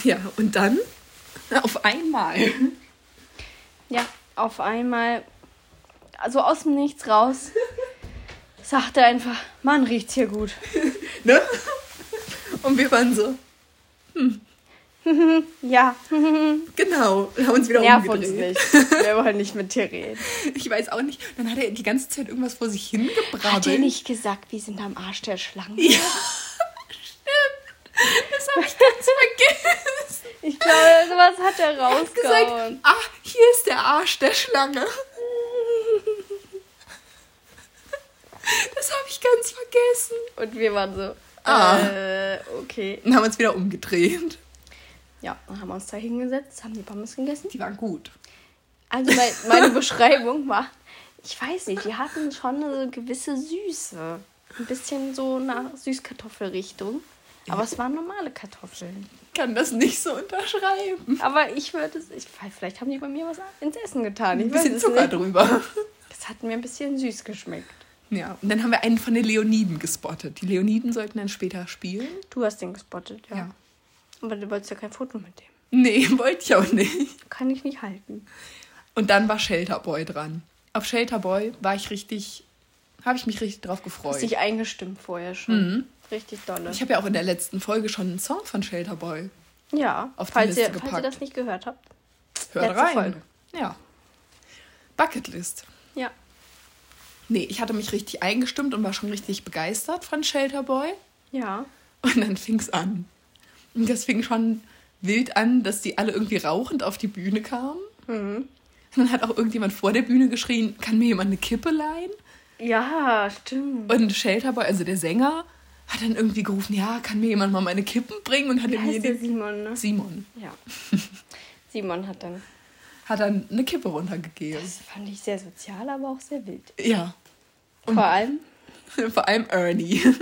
Speaker 1: Ja, und dann auf einmal.
Speaker 2: Ja, auf einmal, also aus dem Nichts raus, sagt er einfach, Mann, riecht's hier gut.
Speaker 1: Ne? Und wir waren so,
Speaker 2: Ja,
Speaker 1: genau, und haben uns wieder
Speaker 2: nerv uns
Speaker 1: umgedreht.
Speaker 2: nicht. Wir wollen nicht mit dir reden.
Speaker 1: Ich weiß auch nicht. Dann hat er die ganze Zeit irgendwas vor sich hingebrabbelt.
Speaker 2: Hat er nicht gesagt, wir sind am Arsch der Schlange?
Speaker 1: Ja, stimmt. Das habe ich ganz vergessen.
Speaker 2: Ich glaube, sowas hat er
Speaker 1: Gesagt,
Speaker 2: rausgehauen.
Speaker 1: ah, hier ist der Arsch der Schlange. Das habe ich ganz vergessen.
Speaker 2: Und wir waren so,
Speaker 1: Ah.
Speaker 2: äh, okay.
Speaker 1: Und haben uns wieder umgedreht.
Speaker 2: Ja, dann haben wir uns da hingesetzt, haben die Pommes gegessen.
Speaker 1: Die waren gut.
Speaker 2: Also mein, meine Beschreibung war, ich weiß nicht, die hatten schon eine gewisse Süße. Ein bisschen so nach Süßkartoffelrichtung. Aber es waren normale Kartoffeln.
Speaker 1: Ich kann das nicht so unterschreiben.
Speaker 2: Aber ich würde es, ich, vielleicht haben die bei mir was ins Essen getan.
Speaker 1: Ein
Speaker 2: Ich weiß
Speaker 1: bisschen
Speaker 2: es
Speaker 1: Zucker
Speaker 2: nicht.
Speaker 1: drüber.
Speaker 2: Das hat mir ein bisschen süß geschmeckt.
Speaker 1: Ja, und dann haben wir einen von den Leoniden gespottet. Die Leoniden sollten dann später spielen.
Speaker 2: Du hast den gespottet, ja.
Speaker 1: Ja.
Speaker 2: Aber du wolltest ja kein Foto mit dem.
Speaker 1: Nee, wollte ich auch nicht.
Speaker 2: Kann ich nicht halten.
Speaker 1: Und dann war Shelterboy dran. Auf Shelterboy war ich richtig, habe ich mich richtig drauf
Speaker 2: Du
Speaker 1: gefreut.
Speaker 2: hast dich eingestimmt vorher schon. Richtig dolle.
Speaker 1: Ich habe ja auch in der letzten Folge schon einen Song von Shelterboy.
Speaker 2: ja,
Speaker 1: auf die
Speaker 2: falls,
Speaker 1: Liste
Speaker 2: ihr, falls ihr
Speaker 1: gepackt.
Speaker 2: das nicht gehört habt.
Speaker 1: Hört
Speaker 2: Letzte
Speaker 1: rein.
Speaker 2: Folge.
Speaker 1: Ja. Bucketlist.
Speaker 2: Ja.
Speaker 1: Nee, ich hatte mich richtig eingestimmt und war schon richtig begeistert von Shelterboy.
Speaker 2: Ja.
Speaker 1: Und dann fing's an. Und das fing schon wild an, dass die alle irgendwie rauchend auf die Bühne kamen.
Speaker 2: Mhm.
Speaker 1: Und dann hat auch irgendjemand vor der Bühne geschrien, kann mir jemand eine Kippe leihen?
Speaker 2: Ja, stimmt.
Speaker 1: Und Shelterboy, also der Sänger, hat dann irgendwie gerufen, ja, kann mir jemand mal meine Kippen bringen? Und hat
Speaker 2: Wie
Speaker 1: mir
Speaker 2: heißt der
Speaker 1: die...
Speaker 2: Simon, ne?
Speaker 1: Simon
Speaker 2: Ja. Simon hat dann.
Speaker 1: hat dann eine Kippe runtergegeben.
Speaker 2: Das fand ich sehr sozial, aber auch sehr wild.
Speaker 1: Ja,
Speaker 2: Vor allem
Speaker 1: vor allem Ernie.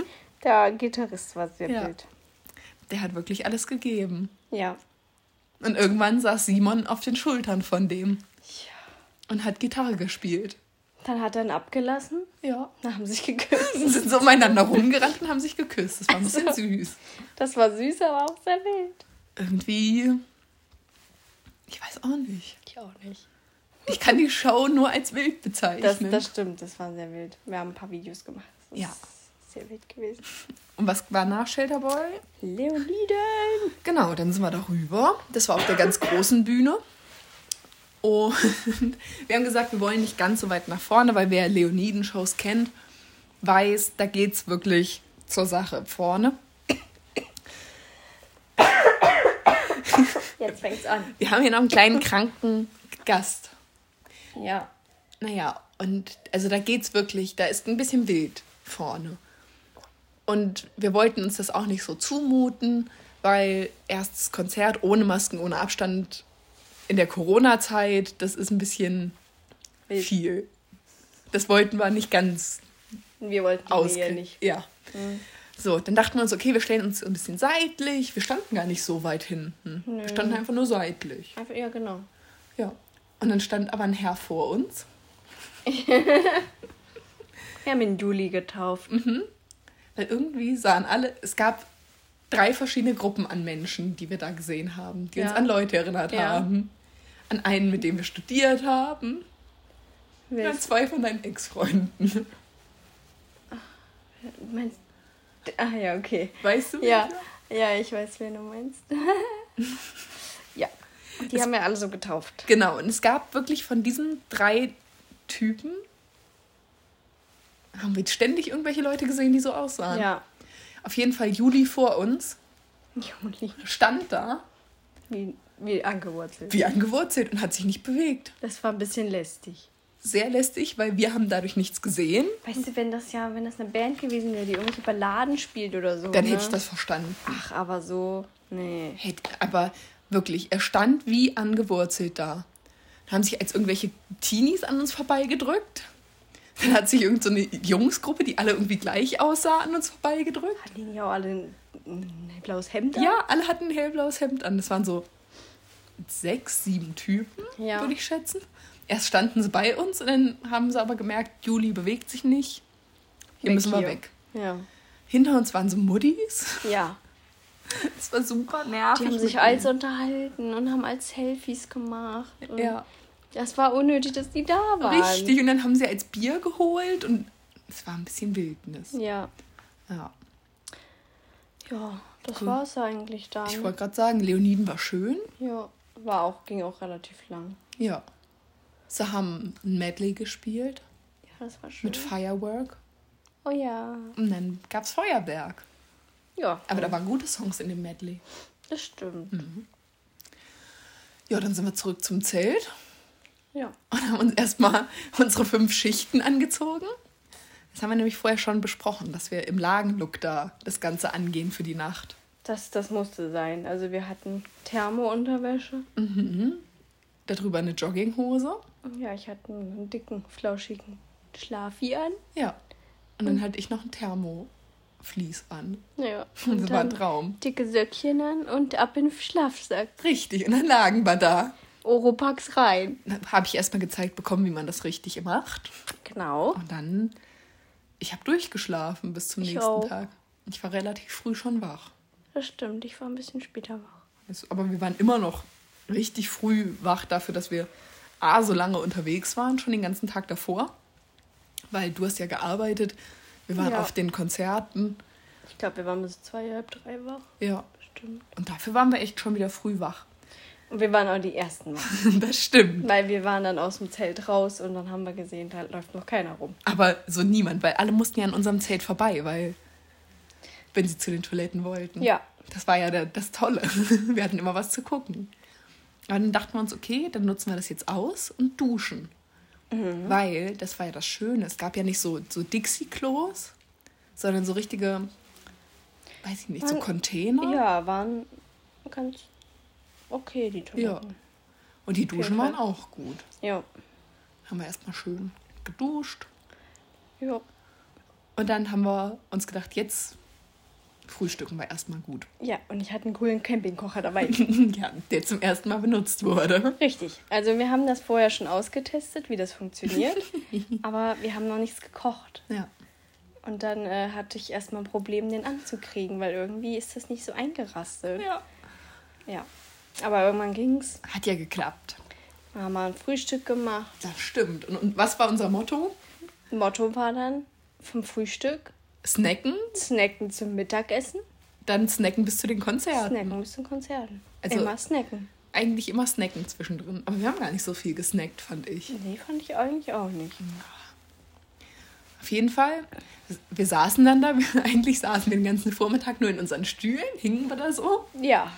Speaker 2: der Gitarrist war sehr
Speaker 1: Ja.
Speaker 2: wild.
Speaker 1: Der hat wirklich alles gegeben.
Speaker 2: Ja.
Speaker 1: Und irgendwann saß Simon auf den Schultern von dem
Speaker 2: ja.
Speaker 1: und hat Gitarre gespielt.
Speaker 2: Dann hat er ihn abgelassen.
Speaker 1: Ja.
Speaker 2: Dann haben sie sich geküsst.
Speaker 1: Und sind so umeinander rumgerannt und haben sich geküsst. Das war ein bisschen
Speaker 2: Also.
Speaker 1: süß.
Speaker 2: Das war süß, aber auch sehr wild.
Speaker 1: Irgendwie. Ich weiß auch nicht.
Speaker 2: Ich auch nicht.
Speaker 1: Ich kann die Show nur als wild
Speaker 2: Das,
Speaker 1: bezeichnen.
Speaker 2: das stimmt, das war sehr wild. Wir haben ein paar Videos gemacht. Das
Speaker 1: Ja.
Speaker 2: Ist sehr wild gewesen.
Speaker 1: und was war nach Shelterboy?
Speaker 2: Leoniden!
Speaker 1: Genau, dann sind wir darüber. Das war auf der ganz großen Bühne. Und wir haben gesagt, wir wollen nicht ganz so weit nach vorne, weil wer Leoniden-Shows kennt, weiß, da geht's wirklich zur Sache vorne.
Speaker 2: Jetzt fängt's an.
Speaker 1: Wir haben hier noch einen kleinen kranken Gast.
Speaker 2: Ja.
Speaker 1: Naja, und also da geht's wirklich, da ist ein bisschen wild vorne. Und wir wollten uns das auch nicht so zumuten, weil erstes Konzert ohne Masken, ohne Abstand in der Corona-Zeit, das ist ein bisschen
Speaker 2: Wild.
Speaker 1: viel. Das wollten wir nicht ganz
Speaker 2: Wir wollten die
Speaker 1: aus.
Speaker 2: Nähe nicht. Mhm.
Speaker 1: Ja. So, dann dachten wir uns, okay, wir stellen uns ein bisschen seitlich. Wir standen gar nicht so weit hinten. Wir standen einfach nur seitlich.
Speaker 2: Einfach, ja, genau.
Speaker 1: Ja. Und dann stand aber ein Herr vor uns.
Speaker 2: Wir haben ihn Juli getauft.
Speaker 1: Weil irgendwie sahen alle, es gab drei verschiedene Gruppen an Menschen, die wir da gesehen haben, die uns
Speaker 2: Ja.
Speaker 1: an Leute erinnert
Speaker 2: Ja.
Speaker 1: haben. An einen, mit dem wir studiert haben. Und an
Speaker 2: Wild.
Speaker 1: zwei von deinen Ex-Freunden.
Speaker 2: Meinst Ah ja, okay.
Speaker 1: Weißt du?
Speaker 2: Ja,
Speaker 1: welche?
Speaker 2: ja, ich weiß, wen du meinst. ja. Die haben wir alle so getauft.
Speaker 1: Genau. Und es gab wirklich von diesen drei Typen, haben wir ständig irgendwelche Leute gesehen, die so aussahen.
Speaker 2: Ja.
Speaker 1: Auf jeden Fall Juli vor uns
Speaker 2: Juli.
Speaker 1: stand da,
Speaker 2: Wie, wie angewurzelt.
Speaker 1: wie angewurzelt und hat sich nicht bewegt.
Speaker 2: Das war ein bisschen lästig.
Speaker 1: Sehr lästig, weil wir haben dadurch nichts gesehen.
Speaker 2: Weißt du, wenn das ja, wenn das eine Band gewesen wäre, die irgendwelche Balladen spielt oder so.
Speaker 1: Dann
Speaker 2: ne?
Speaker 1: hätte ich das verstanden.
Speaker 2: Ach, aber so. Nee.
Speaker 1: Hätte, aber wirklich, er stand wie angewurzelt da. Dann haben sich als irgendwelche Teenies an uns vorbeigedrückt. Dann hat sich irgendeine so eine Jungsgruppe, die alle irgendwie gleich aussah, an uns vorbeigedrückt.
Speaker 2: Hatten die nicht auch alle ein, ein blaues Hemd an?
Speaker 1: Ja, alle hatten ein hellblaues Hemd an. Das waren so sechs, sieben Typen,
Speaker 2: Ja.
Speaker 1: würde ich schätzen. Erst standen sie bei uns und dann haben sie aber gemerkt, Juli bewegt sich nicht. Hier
Speaker 2: Weg
Speaker 1: müssen wir
Speaker 2: hier.
Speaker 1: weg.
Speaker 2: Ja.
Speaker 1: Hinter uns waren so Muddis.
Speaker 2: Ja.
Speaker 1: Das war super nervig.
Speaker 2: Die haben sich
Speaker 1: mit
Speaker 2: als unterhalten und haben als Selfies gemacht.
Speaker 1: denen.
Speaker 2: Und
Speaker 1: ja,
Speaker 2: Das war unnötig, dass die da waren.
Speaker 1: richtig. Und dann haben sie als Bier geholt und es war ein bisschen Wildnis.
Speaker 2: Ja.
Speaker 1: Ja.
Speaker 2: Ja, das
Speaker 1: Cool.
Speaker 2: war's eigentlich dann.
Speaker 1: Ich wollte gerade sagen, Leoniden war schön.
Speaker 2: Ja, war auch, ging auch relativ lang.
Speaker 1: Ja. Sie haben ein Medley gespielt
Speaker 2: Ja, das war schön.
Speaker 1: mit Firework
Speaker 2: oh ja.
Speaker 1: und dann gab es Feuerwerk.
Speaker 2: Ja,
Speaker 1: Aber da Hm. waren gute Songs in dem Medley.
Speaker 2: das stimmt.
Speaker 1: Ja, dann sind wir zurück zum Zelt
Speaker 2: Ja.
Speaker 1: und haben uns erstmal unsere fünf Schichten angezogen. Das haben wir nämlich vorher schon besprochen, dass wir im Lagenlook da das Ganze angehen für die Nacht.
Speaker 2: Das, das musste sein. Also wir hatten Thermounterwäsche.
Speaker 1: Darüber eine Jogginghose.
Speaker 2: Ja, ich hatte einen dicken, flauschigen Schlafi an.
Speaker 1: Ja. Und dann hatte ich noch ein Thermoflies an.
Speaker 2: Ja.
Speaker 1: Und
Speaker 2: Und
Speaker 1: das war ein
Speaker 2: dann
Speaker 1: Traum.
Speaker 2: dicke Söckchen an und ab in den Schlafsack.
Speaker 1: Richtig, und dann lagen wir da.
Speaker 2: Oropax rein.
Speaker 1: Habe ich erstmal gezeigt bekommen, wie man das richtig macht.
Speaker 2: Genau.
Speaker 1: Und dann, ich habe durchgeschlafen bis zum
Speaker 2: Ich
Speaker 1: nächsten
Speaker 2: auch.
Speaker 1: Tag. Ich war relativ früh schon wach.
Speaker 2: Das stimmt. Ich war ein bisschen später wach.
Speaker 1: Es- Aber wir waren immer noch richtig früh wach dafür, dass wir A, so lange unterwegs waren, schon den ganzen Tag davor. Weil du hast ja gearbeitet, wir waren
Speaker 2: Ja.
Speaker 1: auf den Konzerten.
Speaker 2: Ich glaube, wir waren bis zwei, halb drei wach.
Speaker 1: Ja,
Speaker 2: Bestimmt.
Speaker 1: und dafür waren wir echt schon wieder früh wach.
Speaker 2: Und wir waren auch die Ersten wach.
Speaker 1: das stimmt.
Speaker 2: weil wir waren dann aus dem Zelt raus und dann haben wir gesehen, da läuft noch keiner rum.
Speaker 1: Aber so niemand, weil alle mussten ja an unserem Zelt vorbei, weil wenn sie zu den Toiletten wollten.
Speaker 2: Ja.
Speaker 1: Das war ja der, das Tolle. Wir hatten immer was zu gucken. Aber dann dachten wir uns, okay, dann nutzen wir das jetzt aus und duschen.
Speaker 2: Mhm.
Speaker 1: Weil, das war ja das Schöne, es gab ja nicht so, so Dixie-Klos, sondern so richtige, weiß ich nicht, so
Speaker 2: Man-
Speaker 1: Container.
Speaker 2: Ah, Ja, waren ganz okay, die Toiletten.
Speaker 1: Und die Duschen
Speaker 2: Fall.
Speaker 1: waren auch gut.
Speaker 2: Ja.
Speaker 1: Haben wir erstmal schön geduscht.
Speaker 2: Ja.
Speaker 1: Und dann haben wir uns gedacht, jetzt frühstücken wir erstmal gut.
Speaker 2: Ja, und ich hatte einen coolen Campingkocher dabei.
Speaker 1: ja, der zum ersten Mal benutzt wurde.
Speaker 2: Richtig. Also wir haben das vorher schon ausgetestet, wie das funktioniert. aber wir haben noch nichts gekocht.
Speaker 1: Ja.
Speaker 2: Und dann äh, hatte ich erstmal ein Problem, den anzukriegen, weil irgendwie ist das nicht so eingerastet.
Speaker 1: ja.
Speaker 2: ja. Aber irgendwann ging's.
Speaker 1: Hat ja geklappt.
Speaker 2: Dann haben wir ein Frühstück gemacht.
Speaker 1: Das stimmt. Und, und was war unser Motto?
Speaker 2: Motto war dann vom Frühstück
Speaker 1: Snacken,
Speaker 2: snacken zum Mittagessen,
Speaker 1: dann snacken bis zu den Konzerten.
Speaker 2: snacken bis zum Konzerten.
Speaker 1: Also-
Speaker 2: Immer snacken.
Speaker 1: Eigentlich immer snacken zwischendrin. Aber wir haben gar nicht so viel gesnackt, fand ich.
Speaker 2: Nee, fand ich eigentlich auch nicht.
Speaker 1: Auf jeden Fall, wir saßen dann da, wir eigentlich saßen den ganzen Vormittag nur in unseren Stühlen, hingen wir da so.
Speaker 2: Ja,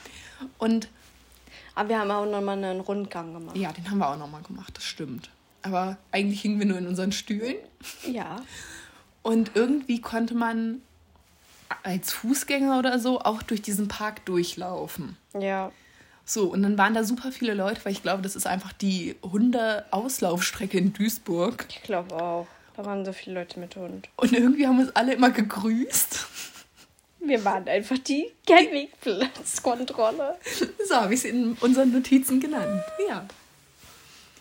Speaker 1: Und
Speaker 2: aber wir haben auch nochmal einen Rundgang gemacht.
Speaker 1: ja, den haben wir auch nochmal gemacht, das stimmt. Aber eigentlich hingen wir nur in unseren Stühlen.
Speaker 2: Ja,
Speaker 1: Und irgendwie konnte man als Fußgänger oder so auch durch diesen Park durchlaufen.
Speaker 2: ja,
Speaker 1: So, und dann waren da super viele Leute, weil ich glaube, das ist einfach die Hunde-Auslaufstrecke in Duisburg.
Speaker 2: ich glaube auch. Da waren so viele Leute mit Hund.
Speaker 1: Und irgendwie haben uns alle immer gegrüßt.
Speaker 2: Wir waren einfach die Kein-Wegplatzkontrolle.
Speaker 1: So habe ich es in unseren Notizen genannt. Ja.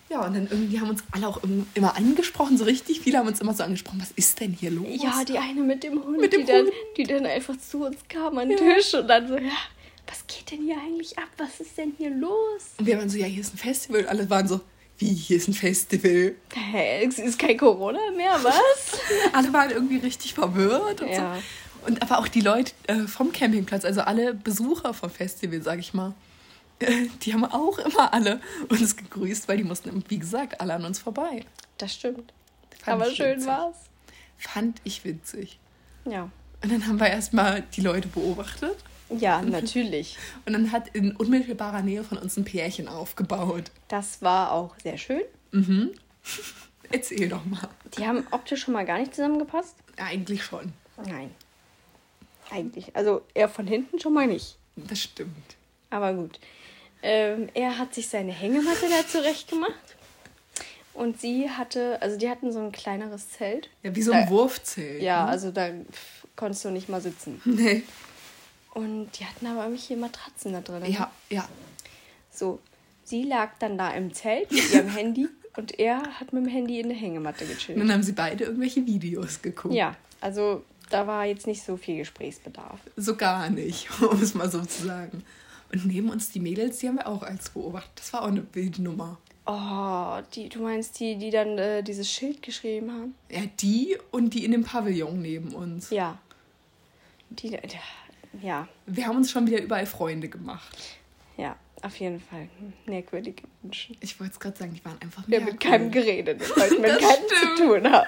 Speaker 1: Ja, und dann irgendwie haben uns alle auch im- immer angesprochen, so richtig viele haben uns immer so angesprochen, was ist denn hier los?
Speaker 2: Ja, die eine mit dem Hund,
Speaker 1: Mit dem
Speaker 2: die, Dann,
Speaker 1: Hund.
Speaker 2: die dann einfach zu uns kam an den Tisch und dann so, ja, was geht denn hier eigentlich ab? Was ist denn hier los?
Speaker 1: Und wir waren so, ja, hier ist ein Festival. Und alle waren so, wie, hier ist ein Festival?
Speaker 2: Hä, es ist kein Corona mehr, was?
Speaker 1: Alle waren irgendwie richtig verwirrt und
Speaker 2: Ja.
Speaker 1: so. Und aber auch die Leute äh, vom Campingplatz, also alle Besucher vom Festival, sag ich mal, äh, die haben auch immer alle uns gegrüßt, weil die mussten, wie gesagt, alle an uns vorbei.
Speaker 2: Das stimmt.
Speaker 1: Fand
Speaker 2: aber
Speaker 1: ich
Speaker 2: schön
Speaker 1: witzig.
Speaker 2: war's.
Speaker 1: Fand ich witzig.
Speaker 2: Ja.
Speaker 1: Und dann haben wir erstmal die Leute beobachtet.
Speaker 2: Ja, natürlich.
Speaker 1: Und dann hat in unmittelbarer Nähe von uns ein Pärchen aufgebaut.
Speaker 2: Das war auch sehr schön.
Speaker 1: Erzähl doch mal.
Speaker 2: Die haben optisch schon mal gar nicht zusammengepasst.
Speaker 1: Eigentlich schon.
Speaker 2: Nein. Eigentlich. Also er von hinten schon mal nicht.
Speaker 1: Das stimmt.
Speaker 2: Aber gut. Ähm, er hat sich seine Hängematte da zurecht gemacht. Und sie hatte, also die hatten so ein kleineres Zelt.
Speaker 1: Ja, wie so ein Wurfzelt.
Speaker 2: Äh, Ja,
Speaker 1: ne?
Speaker 2: also da pff, konntest du nicht mal sitzen.
Speaker 1: Nee.
Speaker 2: Und die hatten aber irgendwelche Matratzen da drin.
Speaker 1: Ja, ja.
Speaker 2: So, sie lag dann da im Zelt mit ihrem Handy und er hat mit dem Handy in der Hängematte gechillt.
Speaker 1: Und dann haben sie beide irgendwelche Videos geguckt.
Speaker 2: Ja, also da war jetzt nicht so viel Gesprächsbedarf.
Speaker 1: So gar nicht, um es mal so zu sagen. Und neben uns die Mädels, die haben wir auch als beobachtet. Das war auch eine wilde Nummer.
Speaker 2: Oh, die, du meinst die, die dann äh, dieses Schild geschrieben haben?
Speaker 1: Ja, die und die in dem Pavillon neben uns.
Speaker 2: Ja. Die, ja,
Speaker 1: Wir haben uns schon wieder überall Freunde gemacht.
Speaker 2: ja, auf jeden Fall. Hm, Merkwürdige Menschen.
Speaker 1: Ich wollte es gerade sagen, die waren einfach
Speaker 2: Wir haben mit keinem geredet, weil ich mit
Speaker 1: Das
Speaker 2: keinem
Speaker 1: stimmt.
Speaker 2: zu tun habe.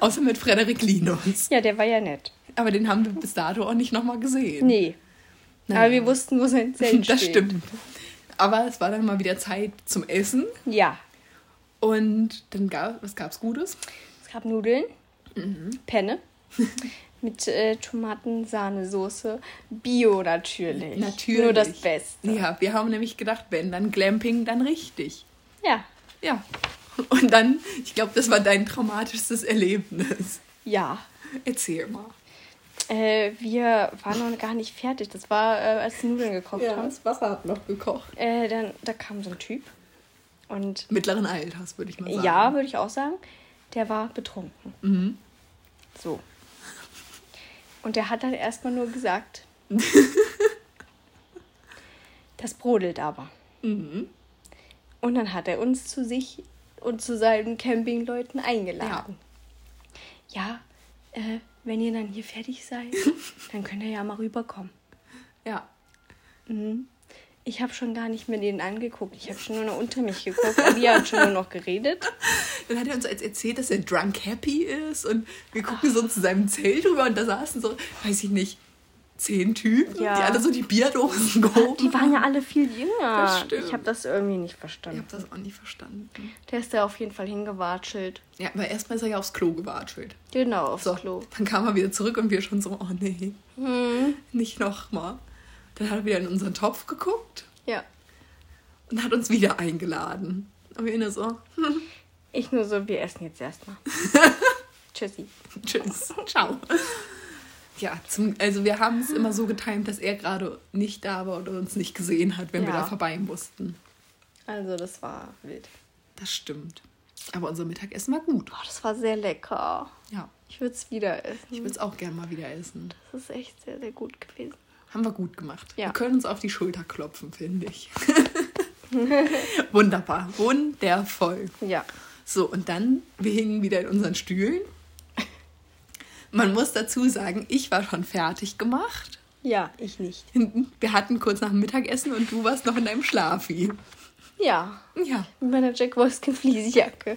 Speaker 1: Außer mit Frederik Linus.
Speaker 2: Ja, der war ja nett.
Speaker 1: Aber den haben wir bis dato auch nicht nochmal gesehen.
Speaker 2: Nee.
Speaker 1: Naja.
Speaker 2: Aber wir wussten, wo sein Zelt
Speaker 1: das
Speaker 2: steht.
Speaker 1: stimmt. Aber es war dann mal wieder Zeit zum Essen.
Speaker 2: Ja.
Speaker 1: Und dann gab was gab's Gutes?
Speaker 2: Es gab Nudeln,
Speaker 1: Mhm.
Speaker 2: Penne mit äh, Tomaten-Sahnesoße. Bio natürlich.
Speaker 1: Natürlich.
Speaker 2: Nur das Beste.
Speaker 1: Ja, wir haben nämlich gedacht, wenn dann Glamping, dann richtig.
Speaker 2: Ja.
Speaker 1: Ja. Und dann, ich glaube, das war dein traumatischstes Erlebnis.
Speaker 2: Ja.
Speaker 1: Erzähl mal.
Speaker 2: Äh, wir waren noch gar nicht fertig. Das war, äh, als die Nudeln gekocht haben.
Speaker 1: Wasser hat noch gekocht.
Speaker 2: Äh, dann, da kam so ein Typ. Und
Speaker 1: Mittleren Alters, würde ich mal sagen. Mhm.
Speaker 2: ja, würde ich auch sagen, der war betrunken. So. Und der hat dann erstmal nur gesagt, das brodelt aber.
Speaker 1: Mhm.
Speaker 2: Und dann hat er uns zu sich und zu seinen Campingleuten eingeladen. Ja, äh, wenn ihr dann hier fertig seid, dann könnt ihr ja mal rüberkommen.
Speaker 1: Ja.
Speaker 2: Ich habe schon gar nicht mehr denen angeguckt. Ich habe schon nur noch unter mich geguckt. Und die haben schon nur noch geredet.
Speaker 1: Dann hat er uns als erzählt, dass er drunk happy ist und wir gucken so zu seinem Zelt rüber und da saßen so, weiß ich nicht, zehn Typen,
Speaker 2: Ja.
Speaker 1: die alle so die Bierdosen gehoben
Speaker 2: Die waren ja alle viel jünger.
Speaker 1: Das stimmt.
Speaker 2: Ich habe das irgendwie nicht
Speaker 1: Ich
Speaker 2: verstanden.
Speaker 1: habe das auch nie verstanden.
Speaker 2: Der ist da auf jeden Fall hingewatschelt.
Speaker 1: Ja, aber erstmal ist er ja aufs Klo gewatschelt.
Speaker 2: Genau, aufs
Speaker 1: So,
Speaker 2: Klo.
Speaker 1: dann kam er wieder zurück und wir schon so, oh nee, nicht nochmal. Dann hat er wieder in unseren Topf geguckt
Speaker 2: Ja.
Speaker 1: und hat uns wieder eingeladen. Und wir nur so,
Speaker 2: Ich nur so, wir essen jetzt erstmal. Tschüssi.
Speaker 1: tschüss, ciao. Ja, zum, also wir haben es immer so getimt, dass er gerade nicht da war oder uns nicht gesehen hat, wenn wir
Speaker 2: Ja.
Speaker 1: da vorbei mussten.
Speaker 2: Also, das war wild.
Speaker 1: Das stimmt. Aber unser Mittagessen war gut.
Speaker 2: Oh, das war sehr lecker.
Speaker 1: Ja,
Speaker 2: Ich würde es wieder
Speaker 1: ich
Speaker 2: essen.
Speaker 1: würde es auch gerne mal wieder essen.
Speaker 2: Das ist echt sehr, sehr gut gewesen.
Speaker 1: Haben wir gut gemacht.
Speaker 2: Ja.
Speaker 1: Wir können uns auf die Schulter klopfen, finde ich. Wunderbar, wundervoll.
Speaker 2: Ja.
Speaker 1: So, und dann, wir hingen wieder in unseren Stühlen. Man muss dazu sagen, ich war schon fertig gemacht.
Speaker 2: Ja, ich nicht.
Speaker 1: Hinten, Wir hatten kurz nach dem Mittagessen und du warst noch in deinem Schlafi.
Speaker 2: Ja.
Speaker 1: Ja.
Speaker 2: Mit meiner Jack Wolfskin Fließjacke.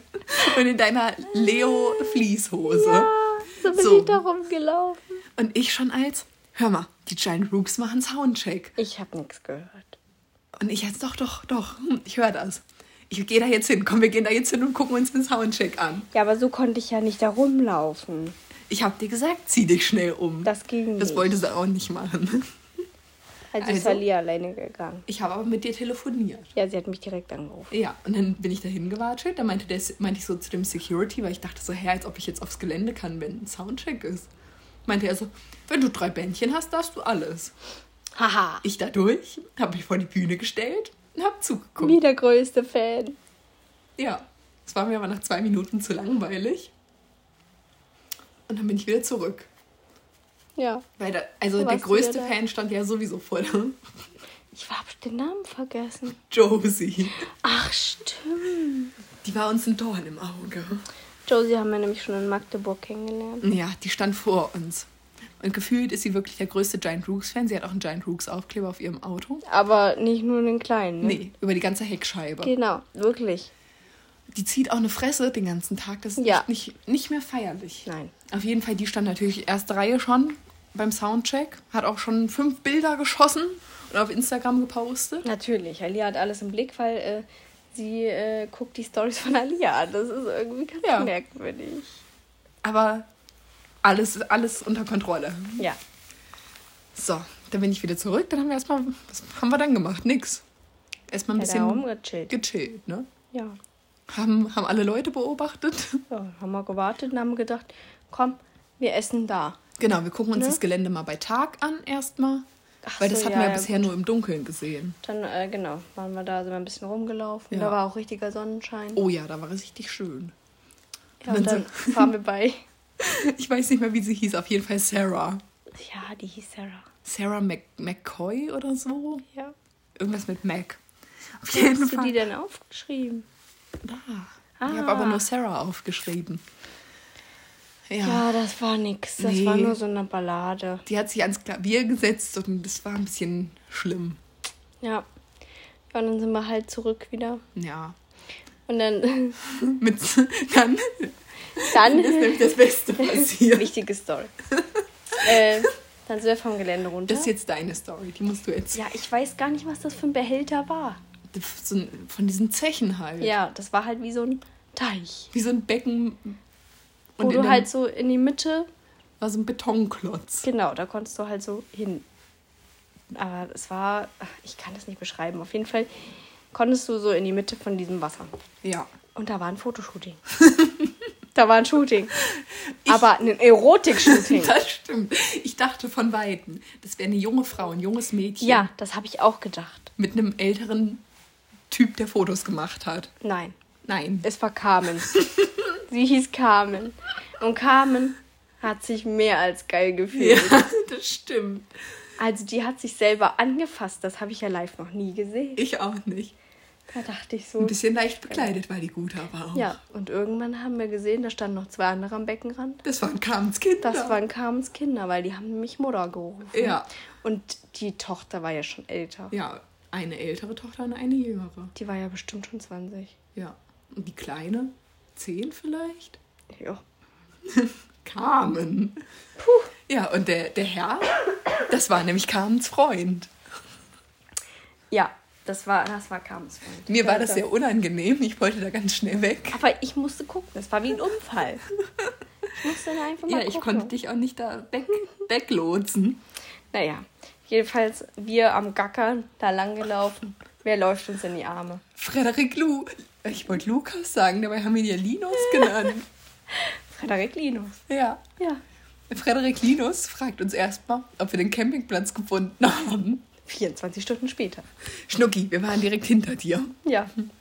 Speaker 1: Und in deiner Leo-Fließhose.
Speaker 2: So bin
Speaker 1: So.
Speaker 2: ich da rumgelaufen.
Speaker 1: Und ich schon als, hör mal, die Giant Rooks machen Soundcheck.
Speaker 2: Ich habe nichts gehört.
Speaker 1: Und ich jetzt, doch, doch, doch, hm, ich höre das. Ich gehe da jetzt hin. Komm, wir gehen da jetzt hin und gucken uns den Soundcheck an.
Speaker 2: Ja, aber so konnte ich ja nicht da rumlaufen.
Speaker 1: Ich habe dir gesagt, zieh dich schnell um.
Speaker 2: Das ging
Speaker 1: Das
Speaker 2: nicht.
Speaker 1: wollte sie auch nicht machen.
Speaker 2: Also,
Speaker 1: Also?
Speaker 2: ist Ali alleine gegangen.
Speaker 1: Ich habe aber mit dir telefoniert.
Speaker 2: Ja, sie hat mich direkt angerufen.
Speaker 1: Ja, und dann bin ich da hingewatschelt. Da meinte, der, meinte ich so zu dem Security, weil ich dachte so, hä, als ob ich jetzt aufs Gelände kann, wenn ein Soundcheck ist. Meinte er so, wenn du drei Bändchen hast, darfst du alles.
Speaker 2: Haha.
Speaker 1: Ich dadurch habe mich vor die Bühne gestellt und habe zugeguckt.
Speaker 2: Mir der größte Fan.
Speaker 1: Ja, es war mir aber nach zwei Minuten zu langweilig. Und dann bin ich wieder zurück.
Speaker 2: Ja.
Speaker 1: Weil da, also
Speaker 2: Wo
Speaker 1: der
Speaker 2: warst du
Speaker 1: größte
Speaker 2: wieder da?
Speaker 1: Fan stand ja sowieso vor der
Speaker 2: Ich habe den Namen vergessen.
Speaker 1: Josie.
Speaker 2: Ach, stimmt.
Speaker 1: Die war uns ein Dorn im Auge.
Speaker 2: Josie haben wir nämlich schon in Magdeburg kennengelernt.
Speaker 1: Ja, die stand vor uns. Und gefühlt ist sie wirklich der größte Giant Rooks-Fan. Sie hat auch einen Giant Rooks-Aufkleber auf ihrem Auto.
Speaker 2: Aber nicht nur den kleinen. Ne?
Speaker 1: Nee, über die ganze Heckscheibe.
Speaker 2: Genau, wirklich.
Speaker 1: Die zieht auch eine Fresse den ganzen Tag. Das ist
Speaker 2: Ja.
Speaker 1: echt nicht, nicht mehr feierlich.
Speaker 2: Nein.
Speaker 1: Auf jeden Fall, die stand natürlich erste Reihe schon beim Soundcheck. Hat auch schon fünf Bilder geschossen und auf Instagram gepostet.
Speaker 2: Natürlich, Alia hat alles im Blick, weil äh, sie äh, guckt die Stories von Alia. an. Das ist irgendwie ganz
Speaker 1: Ja.
Speaker 2: merkwürdig.
Speaker 1: Aber alles, alles unter Kontrolle.
Speaker 2: Ja.
Speaker 1: So, dann bin ich wieder zurück. Dann haben wir erstmal, was haben wir dann gemacht? Nix. Erstmal ein
Speaker 2: Ein bisschen ja, da
Speaker 1: bisschen
Speaker 2: rumgechillt.
Speaker 1: gechillt, ne?
Speaker 2: Ja.
Speaker 1: Haben, haben alle Leute beobachtet.
Speaker 2: Ja, haben wir gewartet und haben gedacht, komm, wir essen da.
Speaker 1: Genau, wir gucken uns
Speaker 2: Ne?
Speaker 1: das Gelände mal bei Tag an erstmal.
Speaker 2: Ach
Speaker 1: Weil
Speaker 2: so,
Speaker 1: das hatten
Speaker 2: ja,
Speaker 1: wir ja
Speaker 2: ja,
Speaker 1: bisher nur im Dunkeln gesehen.
Speaker 2: Dann, äh, genau, waren wir da, sind wir ein bisschen rumgelaufen.
Speaker 1: Ja.
Speaker 2: Da war auch richtiger Sonnenschein.
Speaker 1: Oh ja, da war es richtig schön.
Speaker 2: ja, und
Speaker 1: dann
Speaker 2: dann waren wir bei.
Speaker 1: Ich weiß nicht mehr, wie sie hieß. Auf jeden Fall Sarah.
Speaker 2: Ja, die hieß Sarah.
Speaker 1: Sarah Mc McCoy oder so.
Speaker 2: Ja.
Speaker 1: Irgendwas mit Mac. Auf jeden
Speaker 2: Hast du
Speaker 1: Fall.
Speaker 2: die denn aufgeschrieben?
Speaker 1: da.
Speaker 2: Ah.
Speaker 1: Ich habe aber nur Sarah aufgeschrieben. Ja.
Speaker 2: Ja, das war nix. Das
Speaker 1: Nee.
Speaker 2: war nur so eine Ballade.
Speaker 1: Die hat sich ans Klavier gesetzt und das war ein bisschen schlimm.
Speaker 2: Ja. Ja, und dann sind wir halt zurück wieder.
Speaker 1: Ja.
Speaker 2: Und dann,
Speaker 1: Mit, dann
Speaker 2: dann
Speaker 1: ist nämlich das Beste passiert.
Speaker 2: wichtige Story. äh, dann sind wir vom Gelände runter.
Speaker 1: Das ist jetzt deine Story, die musst du jetzt.
Speaker 2: ja, ich weiß gar nicht, was das für ein Behälter war.
Speaker 1: So ein- von diesen Zechen halt.
Speaker 2: Ja, das war halt wie so ein Teich.
Speaker 1: Wie so ein Becken.
Speaker 2: Wo
Speaker 1: in
Speaker 2: du
Speaker 1: dem
Speaker 2: halt so in die Mitte,
Speaker 1: war so ein Betonklotz.
Speaker 2: genau, da konntest du halt so hin. Aber es war, ach, ich kann das nicht beschreiben. Auf jeden Fall konntest du so in die Mitte von diesem Wasser.
Speaker 1: Ja.
Speaker 2: Und da war ein Fotoshooting. da war ein Shooting. Aber ein Erotik-Shooting.
Speaker 1: Das stimmt. Ich dachte von Weitem, das wäre eine junge Frau, ein junges Mädchen.
Speaker 2: ja, das habe ich auch gedacht.
Speaker 1: Mit einem älteren Typ, der Fotos gemacht hat.
Speaker 2: Nein,
Speaker 1: Nein.
Speaker 2: es war Carmen. Sie hieß Carmen. Und Carmen hat sich mehr als geil gefühlt.
Speaker 1: das stimmt.
Speaker 2: Also die hat sich selber angefasst. Das habe ich ja live noch nie gesehen.
Speaker 1: Ich auch nicht.
Speaker 2: Da dachte ich
Speaker 1: Ein
Speaker 2: so.
Speaker 1: bisschen leicht bekleidet, weil die gut war auch.
Speaker 2: Ja, und irgendwann haben wir gesehen, da standen noch zwei andere am Beckenrand.
Speaker 1: Das waren Kamens Kinder.
Speaker 2: Das waren Carmens Kinder, weil die haben nämlich Mutter gerufen.
Speaker 1: Ja.
Speaker 2: Und die Tochter war ja schon älter.
Speaker 1: Ja, eine ältere Tochter und eine jüngere.
Speaker 2: Die war ja bestimmt schon 20.
Speaker 1: Ja. Und die kleine? Zehn vielleicht?
Speaker 2: Ja.
Speaker 1: Carmen. Ja, und der, der Herr, das war nämlich Carmens Freund.
Speaker 2: Ja, das war, das war Carmens Freund.
Speaker 1: Mir war
Speaker 2: Ja,
Speaker 1: das
Speaker 2: doch.
Speaker 1: sehr unangenehm. Ich wollte da ganz schnell weg.
Speaker 2: Aber ich musste gucken. Das war wie ein Unfall. Ich musste da einfach mal
Speaker 1: Ja,
Speaker 2: gucken.
Speaker 1: ich konnte dich auch nicht da weg, weglotsen.
Speaker 2: Naja, jedenfalls wir am Gackern da lang gelaufen. Wer läuft uns in die Arme?
Speaker 1: Frederik Lu. Ich wollte Lukas sagen, dabei haben wir ihn ja Linus genannt.
Speaker 2: Frederik Linus.
Speaker 1: Ja.
Speaker 2: Ja.
Speaker 1: Frederik Linus fragt uns erstmal, ob wir den Campingplatz gefunden haben.
Speaker 2: 24 Stunden später.
Speaker 1: Schnucki, wir waren direkt hinter dir.
Speaker 2: Ja.
Speaker 1: Und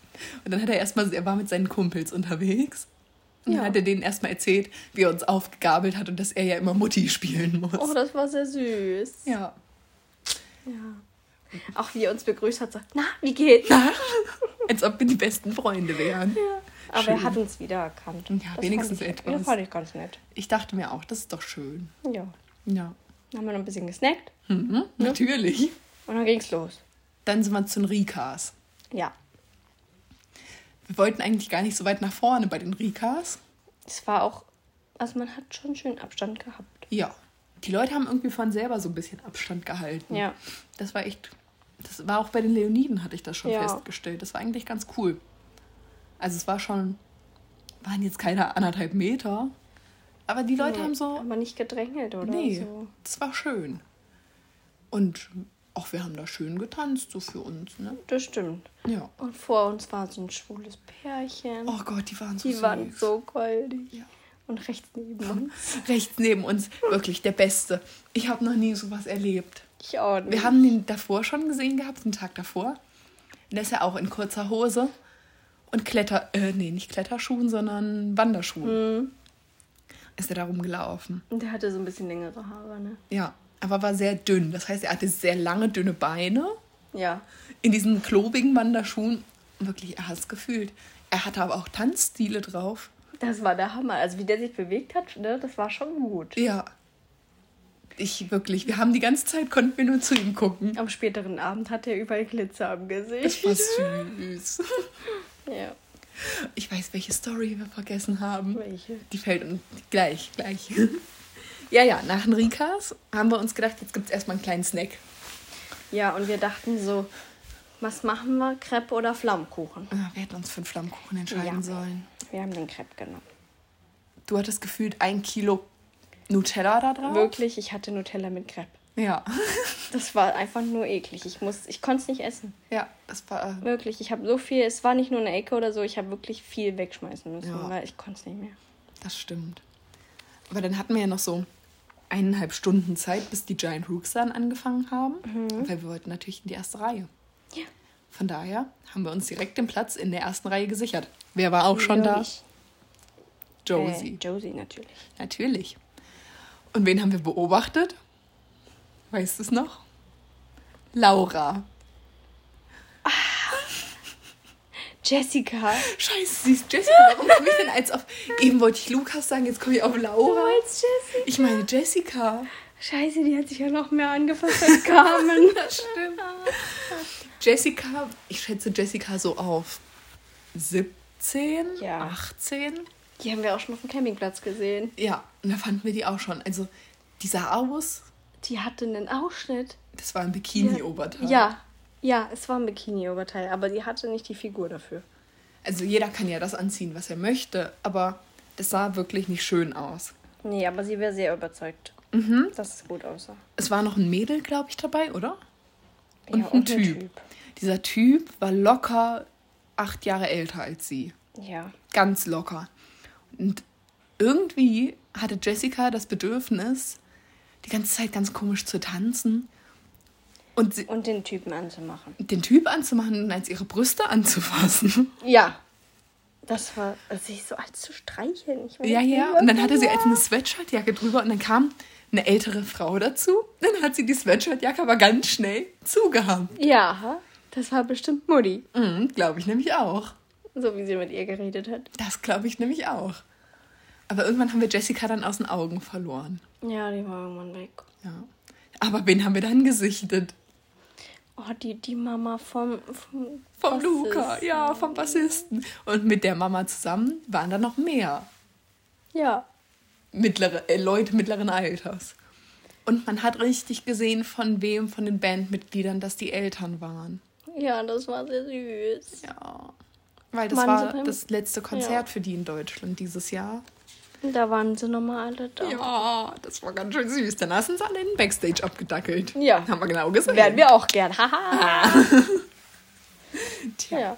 Speaker 1: dann hat er erstmal, er war mit seinen Kumpels unterwegs. Und dann
Speaker 2: Ja.
Speaker 1: hat er denen erstmal erzählt, wie er uns aufgegabelt hat und dass er ja immer Mutti spielen muss.
Speaker 2: Oh, das war sehr süß.
Speaker 1: ja.
Speaker 2: Ja. Auch wie er uns begrüßt hat, so, na, wie geht's?
Speaker 1: Als ob wir die besten Freunde wären.
Speaker 2: Aber
Speaker 1: Schön.
Speaker 2: er hat uns wiedererkannt.
Speaker 1: Ja, wenigstens
Speaker 2: fand ich,
Speaker 1: etwas.
Speaker 2: Das fand ich ganz nett.
Speaker 1: Ich dachte mir auch, das ist doch schön.
Speaker 2: Ja.
Speaker 1: Ja.
Speaker 2: Dann haben wir noch ein bisschen gesnackt
Speaker 1: Mhm, Natürlich.
Speaker 2: und dann ging's los.
Speaker 1: Dann sind wir zu den Rikas.
Speaker 2: Ja.
Speaker 1: Wir wollten eigentlich gar nicht so weit nach vorne bei den Rikas.
Speaker 2: Es war auch, also man hat schon schön Abstand gehabt.
Speaker 1: Ja. Die Leute haben irgendwie von selber so ein bisschen Abstand gehalten.
Speaker 2: Ja.
Speaker 1: Das war echt. Das war auch bei den Leoniden, hatte ich das schon
Speaker 2: Ja.
Speaker 1: festgestellt. Das war eigentlich ganz cool. Also es war schon. Waren jetzt keine anderthalb Meter. Aber die Leute haben so.
Speaker 2: Aber nicht gedrängelt oder
Speaker 1: Nee,
Speaker 2: genau so.
Speaker 1: das war schön. Und auch wir haben da schön getanzt, so für uns, ne?
Speaker 2: Das stimmt.
Speaker 1: Ja.
Speaker 2: Und vor uns war so ein schwules Pärchen.
Speaker 1: Oh Gott, die waren so
Speaker 2: die
Speaker 1: süß.
Speaker 2: waren so goldig.
Speaker 1: Ja.
Speaker 2: Und rechts neben uns.
Speaker 1: Rechts neben uns, wirklich der Beste. Ich habe noch nie sowas erlebt.
Speaker 2: Ich auch nicht.
Speaker 1: Wir haben den davor schon gesehen gehabt, den Tag davor. Und der ist ja auch in kurzer Hose und Kletter, äh, nee, nicht Kletterschuhen, sondern Wanderschuhen. Ist er da rumgelaufen.
Speaker 2: Und der hatte so ein bisschen längere Haare, ne?
Speaker 1: Ja, aber war sehr dünn. Das heißt, er hatte sehr lange, dünne Beine
Speaker 2: Ja.
Speaker 1: in diesen klobigen Wanderschuhen. Wirklich, er hat es gefühlt. Er hatte aber auch Tanzstile drauf.
Speaker 2: Das war der Hammer. Also wie der sich bewegt hat, ne, das war schon gut.
Speaker 1: Ja. Ich wirklich, wir haben die ganze Zeit, konnten wir nur zu ihm gucken.
Speaker 2: Am späteren Abend hat er überall Glitzer am
Speaker 1: Das
Speaker 2: Gesicht.
Speaker 1: war süß.
Speaker 2: Ja.
Speaker 1: Ich weiß, welche Story wir vergessen haben.
Speaker 2: Welche?
Speaker 1: Die fällt uns gleich, gleich. Ja, ja, nach Enrikas haben wir uns gedacht, jetzt gibt es erstmal einen kleinen Snack.
Speaker 2: Ja, und wir dachten so, was machen wir? Crepe oder Flammkuchen?
Speaker 1: Ah, Wir hätten uns für einen Flammkuchen entscheiden
Speaker 2: Ja.
Speaker 1: sollen.
Speaker 2: Wir haben den Crepe genommen.
Speaker 1: Du hattest gefühlt ein Kilo Nutella da drauf.
Speaker 2: Wirklich, ich hatte Nutella mit Crepe.
Speaker 1: Ja.
Speaker 2: Das war einfach nur eklig. Ich, muss- ich konnte es nicht essen.
Speaker 1: Ja, das war. äh,
Speaker 2: Wirklich, ich habe so viel, es war nicht nur eine Ecke oder so, ich habe wirklich viel wegschmeißen müssen,
Speaker 1: Ja.
Speaker 2: weil ich konnte es nicht mehr.
Speaker 1: Das stimmt. Aber dann hatten wir ja noch so eineinhalb Stunden Zeit, bis die Giant Rooks dann angefangen haben. Weil wir wollten natürlich in die erste Reihe.
Speaker 2: Mhm. Ja.
Speaker 1: Von daher haben wir uns direkt den Platz in der ersten Reihe gesichert. Wer war auch schon da?
Speaker 2: da?
Speaker 1: Josie.
Speaker 2: Äh, Josie natürlich.
Speaker 1: Natürlich. Und wen haben wir beobachtet? Weißt du es noch? Laura.
Speaker 2: Jessica.
Speaker 1: Scheiße, sie ist Jessica. Warum komme ich denn als auf. Eben wollte ich Lukas sagen, jetzt komme ich auf Laura.
Speaker 2: Als Jessica.
Speaker 1: Ich meine Jessica.
Speaker 2: Scheiße, die hat sich ja noch mehr angefasst als Carmen.
Speaker 1: Das stimmt. Jessica, ich schätze Jessica so auf 17,
Speaker 2: Ja.
Speaker 1: 18.
Speaker 2: Die haben wir auch schon auf dem Campingplatz gesehen.
Speaker 1: Ja, und da fanden wir die auch schon. Also, die sah aus,
Speaker 2: Die hatte einen Ausschnitt.
Speaker 1: das war ein Bikini-Oberteil.
Speaker 2: Ja, ja, es war ein Bikini-Oberteil, aber die hatte nicht die Figur dafür.
Speaker 1: Also, jeder kann ja das anziehen, was er möchte, aber das sah wirklich nicht schön aus.
Speaker 2: Nee, aber sie wäre sehr überzeugt,
Speaker 1: Mhm.
Speaker 2: dass es gut aussah.
Speaker 1: Es war noch ein Mädel, glaube ich, dabei, oder? Und
Speaker 2: ja,
Speaker 1: ein Typ. Dieser Typ war locker acht Jahre älter als sie.
Speaker 2: Ja.
Speaker 1: ganz locker. Und irgendwie hatte Jessica das Bedürfnis, die ganze Zeit ganz komisch zu tanzen und sie,
Speaker 2: Und den Typen anzumachen.
Speaker 1: den Typ anzumachen und als ihre Brüste anzufassen.
Speaker 2: Ja. Das war also sich so als zu streicheln. Ich weiß
Speaker 1: Ja,
Speaker 2: nicht,
Speaker 1: ja.
Speaker 2: was
Speaker 1: Und dann hatte
Speaker 2: das
Speaker 1: sie
Speaker 2: war.
Speaker 1: als eine Sweatshirtjacke drüber und dann kam eine ältere Frau dazu. Dann hat sie die Sweatshirtjacke aber ganz schnell zugehabt.
Speaker 2: Ja, das war bestimmt Mutti.
Speaker 1: Mhm, glaube ich nämlich auch.
Speaker 2: So wie sie mit ihr geredet hat.
Speaker 1: Das glaube ich nämlich auch. Aber irgendwann haben wir Jessica dann aus den Augen verloren.
Speaker 2: Ja, die war irgendwann weg.
Speaker 1: Ja. Aber wen haben wir dann gesichtet?
Speaker 2: Oh, die, die Mama vom. Vom,
Speaker 1: Vom
Speaker 2: Bassisten.
Speaker 1: Luca, ja, vom Bassisten. Und mit der Mama zusammen waren dann noch mehr
Speaker 2: Ja.
Speaker 1: mittlere, äh, Leute mittleren Alters. Und man hat richtig gesehen, von wem, von den Bandmitgliedern, dass die Eltern waren.
Speaker 2: Ja, das war sehr süß.
Speaker 1: Ja. Weil das
Speaker 2: Waren sie
Speaker 1: war
Speaker 2: beim-
Speaker 1: das letzte Konzert
Speaker 2: Ja.
Speaker 1: für die in Deutschland dieses Jahr.
Speaker 2: Da waren sie nochmal alle da.
Speaker 1: Ja, das war ganz schön süß. Dann hast du uns alle in den Backstage abgedackelt.
Speaker 2: Ja.
Speaker 1: Haben wir genau gesehen.
Speaker 2: Wären wir auch gern. Haha.
Speaker 1: Tja.
Speaker 2: ja.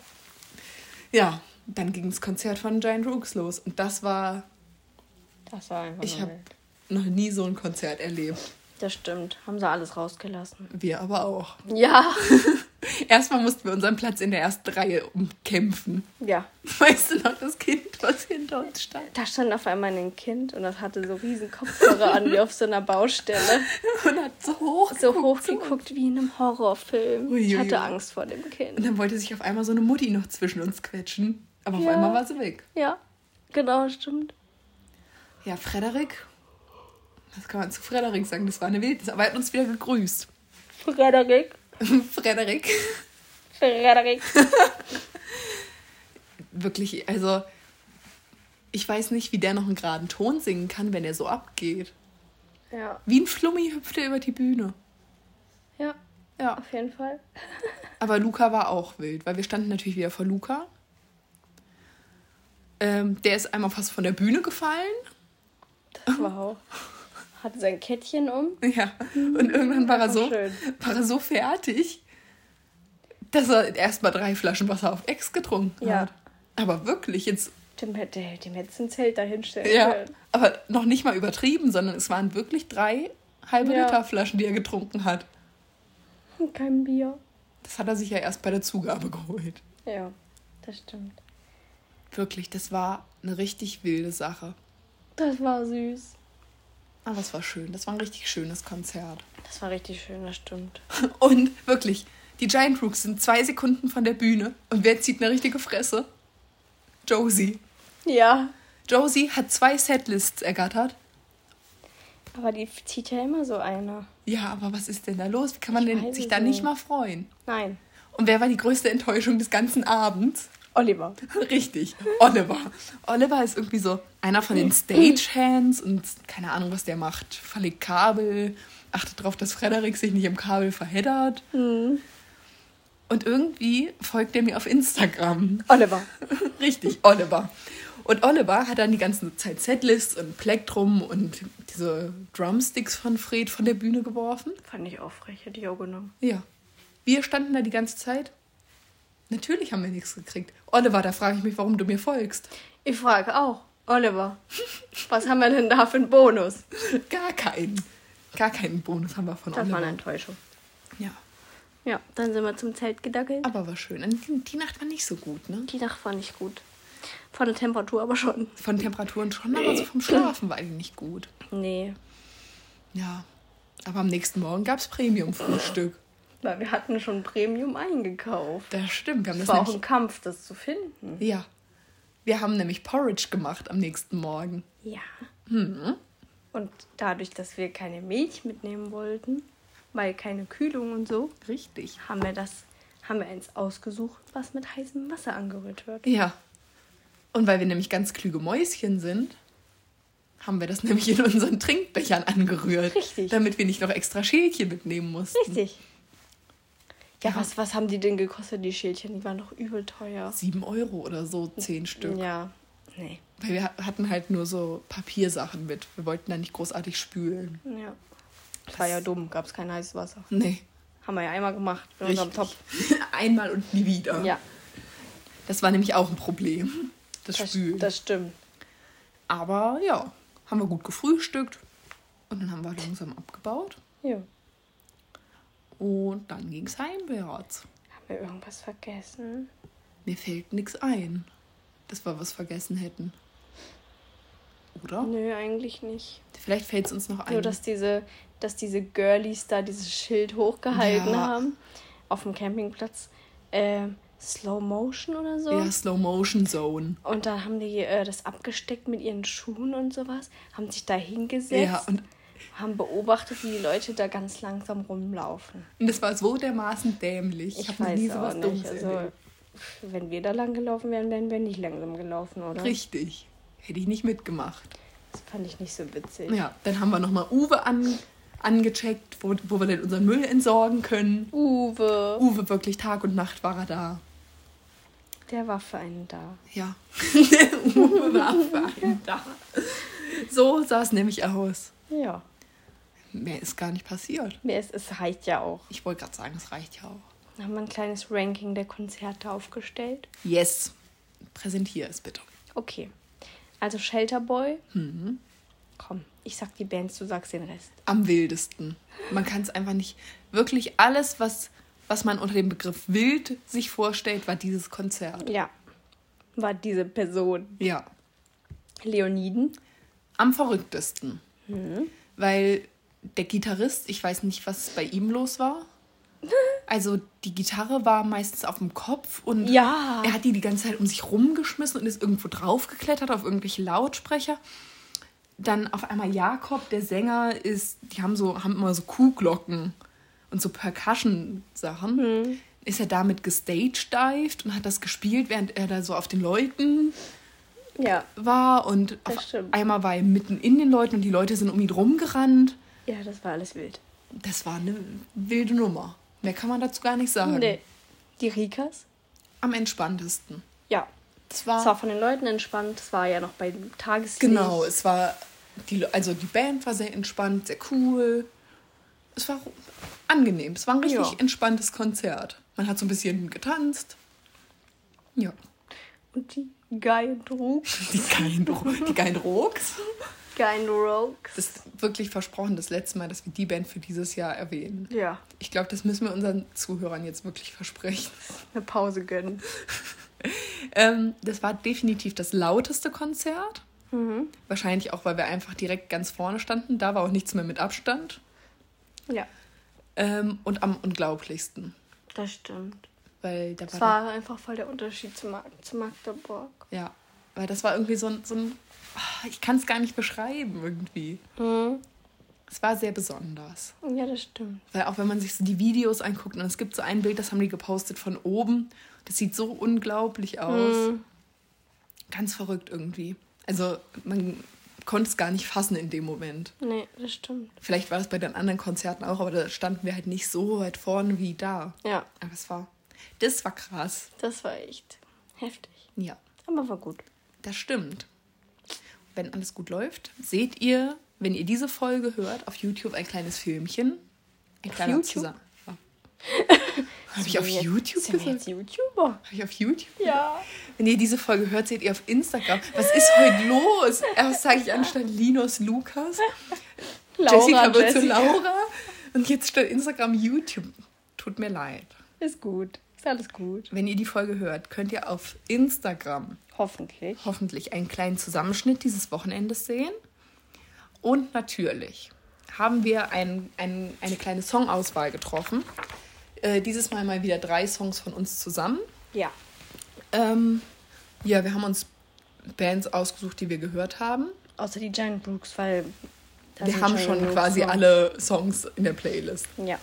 Speaker 1: Ja, dann ging das Konzert von Giant Rooks los. Und das war,
Speaker 2: Das war einfach.
Speaker 1: ich
Speaker 2: nur
Speaker 1: habe
Speaker 2: wild.
Speaker 1: noch nie so ein Konzert erlebt.
Speaker 2: Das stimmt. Haben sie alles rausgelassen.
Speaker 1: Wir aber auch.
Speaker 2: Ja.
Speaker 1: Erstmal mussten wir unseren Platz in der ersten Reihe umkämpfen.
Speaker 2: Ja.
Speaker 1: Weißt du noch, das Kind, was hinter uns stand?
Speaker 2: Da stand auf einmal ein Kind und das hatte so riesen Kopfhörer an wie auf so einer Baustelle.
Speaker 1: Und hat so hoch
Speaker 2: So
Speaker 1: geguckt,
Speaker 2: hochgeguckt wie in einem Horrorfilm. Ich
Speaker 1: Uiuiui.
Speaker 2: hatte Angst vor dem
Speaker 1: Und
Speaker 2: Kind.
Speaker 1: dann wollte sich auf einmal so eine Mutti noch zwischen uns quetschen. Aber auf
Speaker 2: Ja.
Speaker 1: einmal war sie weg.
Speaker 2: Ja, genau, stimmt.
Speaker 1: Ja, Frederik. Was kann man zu Frederik sagen? Das war eine Wildnis. Aber er hat uns wieder gegrüßt.
Speaker 2: Frederik.
Speaker 1: Frederik.
Speaker 2: Frederik.
Speaker 1: Wirklich, also. Ich weiß nicht, wie der noch einen geraden Ton singen kann, wenn er so abgeht.
Speaker 2: Ja.
Speaker 1: Wie ein Flummi hüpft er über die Bühne.
Speaker 2: Ja,
Speaker 1: Ja.
Speaker 2: auf jeden Fall.
Speaker 1: Aber Luca war auch wild, weil wir standen natürlich wieder vor Luca. Ähm, der ist einmal fast von der Bühne gefallen.
Speaker 2: Das war auch. Hatte sein Kettchen um.
Speaker 1: Ja. Und irgendwann war er
Speaker 2: Ach,
Speaker 1: so,
Speaker 2: schön.
Speaker 1: war er so fertig, dass er erst mal drei Flaschen Wasser auf Ex getrunken
Speaker 2: Ja.
Speaker 1: hat. Aber wirklich, jetzt.
Speaker 2: Dem hätte dem hätte ein Zelt dahinstellen
Speaker 1: Ja.
Speaker 2: können.
Speaker 1: Aber noch nicht mal übertrieben, sondern es waren wirklich drei halbe
Speaker 2: Ja.
Speaker 1: Liter Flaschen, die er getrunken hat.
Speaker 2: Und kein Bier.
Speaker 1: Das hat er sich ja erst bei der Zugabe geholt.
Speaker 2: Ja, das stimmt.
Speaker 1: Wirklich, das war eine richtig wilde Sache.
Speaker 2: Das war süß.
Speaker 1: Aber es war schön. Das war ein richtig schönes Konzert.
Speaker 2: Das war richtig schön, das stimmt.
Speaker 1: Und wirklich, die Giant Rooks sind zwei Sekunden von der Bühne. Und wer zieht eine richtige Fresse? Josie.
Speaker 2: Ja.
Speaker 1: Josie hat zwei Setlists ergattert.
Speaker 2: Aber die zieht ja immer so einer.
Speaker 1: Ja, aber was ist denn da los? Wie kann man
Speaker 2: Ich
Speaker 1: denn
Speaker 2: weiß
Speaker 1: sich
Speaker 2: es
Speaker 1: da nicht
Speaker 2: nicht.
Speaker 1: mal freuen?
Speaker 2: Nein.
Speaker 1: Und wer war die größte Enttäuschung des ganzen Abends?
Speaker 2: Oliver.
Speaker 1: Richtig, Oliver. Oliver ist irgendwie so einer von den Stagehands und keine Ahnung, was der macht. Verlegt Kabel, achtet darauf, dass Frederik sich nicht im Kabel verheddert. Und irgendwie folgt er mir auf Instagram.
Speaker 2: Oliver.
Speaker 1: Richtig, Oliver. Und Oliver hat dann die ganze Zeit Setlists und Plektrum und diese Drumsticks von Fred von der Bühne geworfen.
Speaker 2: Fand ich auch frech, hätte ich auch genommen.
Speaker 1: Ja. Wir standen da die ganze Zeit. Natürlich haben wir nichts gekriegt. Oliver, da frage ich mich, warum du mir folgst.
Speaker 2: Ich frage auch, Oliver, was haben wir denn da für einen Bonus?
Speaker 1: Gar keinen. Gar keinen Bonus haben wir von
Speaker 2: Das war eine
Speaker 1: Oliver.
Speaker 2: Enttäuschung.
Speaker 1: Ja.
Speaker 2: Ja, dann sind wir zum Zelt gedackelt.
Speaker 1: Aber war schön. Und Die die Nacht war nicht so gut, ne?
Speaker 2: Die Nacht war nicht gut. Von der Temperatur aber schon.
Speaker 1: Von Temperaturen schon, aber so vom Schlafen war die nicht gut.
Speaker 2: Nee,
Speaker 1: Ja. Aber am nächsten Morgen gab es Premium-Frühstück.
Speaker 2: weil wir hatten schon Premium eingekauft.
Speaker 1: Das stimmt. Wir haben
Speaker 2: Es
Speaker 1: das
Speaker 2: war auch ein
Speaker 1: nämlich,
Speaker 2: Kampf, das zu finden.
Speaker 1: ja. Wir haben nämlich Porridge gemacht am nächsten Morgen.
Speaker 2: Ja. Und dadurch, dass wir keine Milch mitnehmen wollten, weil keine Kühlung und so,
Speaker 1: Richtig.
Speaker 2: haben wir das, haben wir eins ausgesucht, was mit heißem Wasser angerührt wird.
Speaker 1: Ja. Und weil wir nämlich ganz klüge Mäuschen sind, haben wir das nämlich in unseren Trinkbechern angerührt.
Speaker 2: Richtig.
Speaker 1: Damit wir nicht noch extra Schälchen mitnehmen mussten.
Speaker 2: Richtig. Ja,
Speaker 1: Ja.
Speaker 2: was, was haben die denn gekostet, die Schälchen? Die waren doch übel teuer.
Speaker 1: Sieben Euro oder so, zehn Stück.
Speaker 2: Ja, nee.
Speaker 1: Weil wir ha- hatten halt nur so Papiersachen mit. Wir wollten da nicht großartig spülen.
Speaker 2: Ja. Das war ja dumm, gab es kein heißes Wasser.
Speaker 1: Nee.
Speaker 2: Haben wir ja einmal gemacht in unserem Topf.
Speaker 1: Einmal und nie wieder.
Speaker 2: Ja,
Speaker 1: Das war nämlich auch ein Problem. Das,
Speaker 2: das,
Speaker 1: Spülen.
Speaker 2: das stimmt.
Speaker 1: Aber ja, haben wir gut gefrühstückt. Und dann haben wir langsam abgebaut.
Speaker 2: Ja.
Speaker 1: Und dann ging's heimwärts.
Speaker 2: Haben wir irgendwas vergessen?
Speaker 1: Mir fällt nichts ein, dass wir was vergessen hätten. Oder?
Speaker 2: Nö, eigentlich nicht.
Speaker 1: Vielleicht fällt es uns noch ein.
Speaker 2: Nur, dass diese, dass diese Girlies da dieses Schild hochgehalten
Speaker 1: Ja.
Speaker 2: haben auf dem Campingplatz. Ähm, Slow Motion oder so.
Speaker 1: ja, Slow Motion Zone.
Speaker 2: Und dann haben die äh, das abgesteckt mit ihren Schuhen und sowas, haben sich da hingesetzt,
Speaker 1: Ja, und,
Speaker 2: haben beobachtet, wie die Leute da ganz langsam rumlaufen.
Speaker 1: und das war so dermaßen dämlich. Ich,
Speaker 2: Ich,
Speaker 1: hab habe noch
Speaker 2: weiß
Speaker 1: nie
Speaker 2: auch
Speaker 1: sowas Dummes
Speaker 2: nicht. Also,
Speaker 1: erlebt.
Speaker 2: wenn wir da lang gelaufen wären, wären wir nicht langsam gelaufen, oder?
Speaker 1: Richtig. Hätte ich nicht mitgemacht.
Speaker 2: Das fand ich nicht so witzig.
Speaker 1: Ja, dann haben wir nochmal Uwe an, angecheckt, wo, wo wir denn unseren Müll entsorgen können.
Speaker 2: Uwe,
Speaker 1: Uwe, wirklich Tag und Nacht war er da.
Speaker 2: der war für einen da.
Speaker 1: Ja. Uwe war für einen da. So sah es nämlich aus.
Speaker 2: Ja,
Speaker 1: Mehr ist gar nicht passiert.
Speaker 2: mir ist, es reicht ja auch.
Speaker 1: Ich wollte gerade sagen, es reicht ja auch.
Speaker 2: Dann haben wir ein kleines Ranking der Konzerte aufgestellt.
Speaker 1: Yes. Präsentier es bitte.
Speaker 2: Okay, also Shelterboy. Mhm. Komm, ich sag die Bands, du sagst den Rest.
Speaker 1: Am wildesten. Man kann es einfach nicht. Wirklich alles, was, was man unter dem Begriff wild sich vorstellt, war dieses Konzert.
Speaker 2: Ja, war diese Person.
Speaker 1: Ja.
Speaker 2: Leoniden.
Speaker 1: Am verrücktesten. Weil der Gitarrist, ich weiß nicht, was bei ihm los war. Also die Gitarre war meistens auf dem Kopf und
Speaker 2: Ja.
Speaker 1: er hat die die ganze Zeit um sich rumgeschmissen und ist irgendwo draufgeklettert auf irgendwelche Lautsprecher. Dann auf einmal Jakob, der Sänger, ist, die haben so, haben immer so Kuhglocken und so Percussion-Sachen. Ist er damit gestagedived und hat das gespielt, während er da so auf den Leuten
Speaker 2: Ja.
Speaker 1: war und
Speaker 2: Das
Speaker 1: auf
Speaker 2: stimmt.
Speaker 1: einmal war er mitten in den Leuten und die Leute sind um ihn rumgerannt.
Speaker 2: Ja, das war alles wild.
Speaker 1: Das war eine wilde Nummer. Mehr kann man dazu gar nicht sagen.
Speaker 2: Nee. Die Rikas?
Speaker 1: Am entspanntesten.
Speaker 2: Ja.
Speaker 1: Das
Speaker 2: Es
Speaker 1: war,
Speaker 2: war von den Leuten entspannt, es war ja noch bei dem Tageslicht.
Speaker 1: genau, es war die Le- also die Band war sehr entspannt, sehr cool. Es war angenehm, es war ein richtig
Speaker 2: Ja.
Speaker 1: entspanntes Konzert. Man hat so ein bisschen getanzt. Ja,
Speaker 2: Und die geilen Drugs.
Speaker 1: die geilen, Dro- die geilen Rocks.
Speaker 2: Geilen Rogues.
Speaker 1: Das ist wirklich versprochen, das letzte Mal, dass wir die Band für dieses Jahr erwähnen.
Speaker 2: Ja.
Speaker 1: Ich glaube, das müssen wir unseren Zuhörern jetzt wirklich versprechen.
Speaker 2: Eine Pause gönnen.
Speaker 1: Ähm, das war definitiv das lauteste Konzert. Wahrscheinlich auch, weil wir einfach direkt ganz vorne standen. Da war auch nichts mehr mit Abstand.
Speaker 2: Ja,
Speaker 1: Ähm, und am unglaublichsten.
Speaker 2: das stimmt.
Speaker 1: Weil da
Speaker 2: Es
Speaker 1: war,
Speaker 2: war einfach voll der Unterschied zu, Mag zu Magdeburg.
Speaker 1: Ja, weil das war irgendwie so ein. So ein Ah, ich kann es gar nicht beschreiben irgendwie. Es war sehr besonders.
Speaker 2: Ja, das stimmt.
Speaker 1: Weil auch wenn man sich so die Videos anguckt und es gibt so ein Bild, das haben die gepostet von oben. Das sieht so unglaublich aus. Ganz verrückt irgendwie. Also man konnte es gar nicht fassen in dem Moment.
Speaker 2: Nee, das stimmt.
Speaker 1: Vielleicht war das bei den anderen Konzerten auch, aber da standen wir halt nicht so weit vorne wie da.
Speaker 2: Ja,
Speaker 1: Aber es war, das war krass.
Speaker 2: das war echt heftig.
Speaker 1: Ja,
Speaker 2: Aber war gut.
Speaker 1: Das stimmt. Wenn alles gut läuft, seht ihr, wenn ihr diese Folge hört, auf YouTube ein kleines Filmchen. Ein
Speaker 2: Auf
Speaker 1: kleiner
Speaker 2: YouTube?
Speaker 1: Zusammen. Ja. Habe ich auf
Speaker 2: Oh. Sind wir
Speaker 1: YouTube
Speaker 2: jetzt, sind wir
Speaker 1: gesagt?
Speaker 2: jetzt YouTuber?
Speaker 1: Habe ich auf YouTube?
Speaker 2: Ja.
Speaker 1: Wenn ihr diese Folge hört, seht ihr auf Instagram. Was ist heute los? Erst sage ich anstatt Linus Lukas.
Speaker 2: Laura,
Speaker 1: Jessica wird zu
Speaker 2: Jessica.
Speaker 1: Laura. Und jetzt statt Instagram YouTube. Tut mir leid.
Speaker 2: Ist gut. Ist alles gut.
Speaker 1: Wenn ihr die Folge hört, könnt ihr auf Instagram
Speaker 2: Hoffentlich.
Speaker 1: hoffentlich einen kleinen Zusammenschnitt dieses Wochenendes sehen. Und natürlich haben wir ein, ein, eine kleine Songauswahl getroffen. Äh, dieses Mal mal wieder drei Songs von uns zusammen.
Speaker 2: Ja.
Speaker 1: Ähm, ja, wir haben uns Bands ausgesucht, die wir gehört haben.
Speaker 2: Außer die Giant Brooks, weil. da
Speaker 1: wir
Speaker 2: sind
Speaker 1: haben schon
Speaker 2: genug
Speaker 1: quasi
Speaker 2: Songs.
Speaker 1: alle Songs in der Playlist.
Speaker 2: Ja,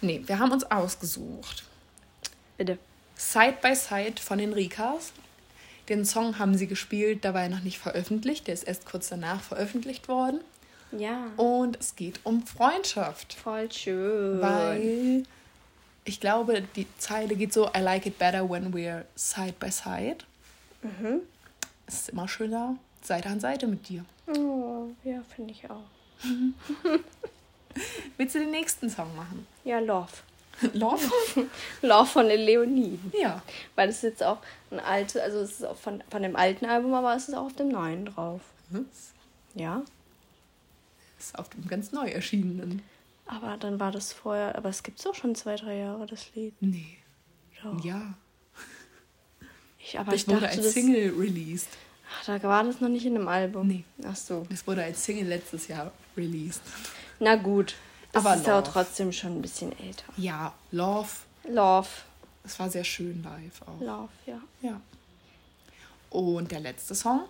Speaker 1: Nee, wir haben uns ausgesucht.
Speaker 2: bitte.
Speaker 1: Side by Side von den Rikas. Den Song haben sie gespielt, dabei noch nicht veröffentlicht. Der ist erst kurz danach veröffentlicht worden.
Speaker 2: Ja.
Speaker 1: Und es geht um Freundschaft.
Speaker 2: Voll schön.
Speaker 1: Weil ich glaube, die Zeile geht so: I like it better when we're side by side.
Speaker 2: Mhm.
Speaker 1: Es ist immer schöner, Seite an Seite mit dir.
Speaker 2: Oh, ja, finde ich auch.
Speaker 1: Willst du den nächsten Song machen?
Speaker 2: Ja, Love.
Speaker 1: Love?
Speaker 2: Love von den Leoniden.
Speaker 1: ja.
Speaker 2: Weil das ist jetzt auch ein altes, also es ist auch von, von dem alten Album, aber es ist auch auf dem neuen drauf. Ja.
Speaker 1: Ist auf dem ganz neu erschienenen.
Speaker 2: Aber dann war das vorher, aber es gibt es auch schon zwei, drei Jahre, das Lied.
Speaker 1: Nee.
Speaker 2: Doch.
Speaker 1: Ja.
Speaker 2: Ich, aber
Speaker 1: Das
Speaker 2: Oh. Ah, ich
Speaker 1: wurde
Speaker 2: dachte,
Speaker 1: als
Speaker 2: das,
Speaker 1: Single released.
Speaker 2: ach, da war das noch nicht in dem Album.
Speaker 1: Nee.
Speaker 2: Ach so.
Speaker 1: Das wurde als Single letztes Jahr released.
Speaker 2: Na gut. Das
Speaker 1: Aber
Speaker 2: ist aber
Speaker 1: Love.
Speaker 2: trotzdem schon ein bisschen älter.
Speaker 1: Ja, Love.
Speaker 2: Love.
Speaker 1: Es war sehr schön live auch.
Speaker 2: Love, ja.
Speaker 1: Ja. Und der letzte Song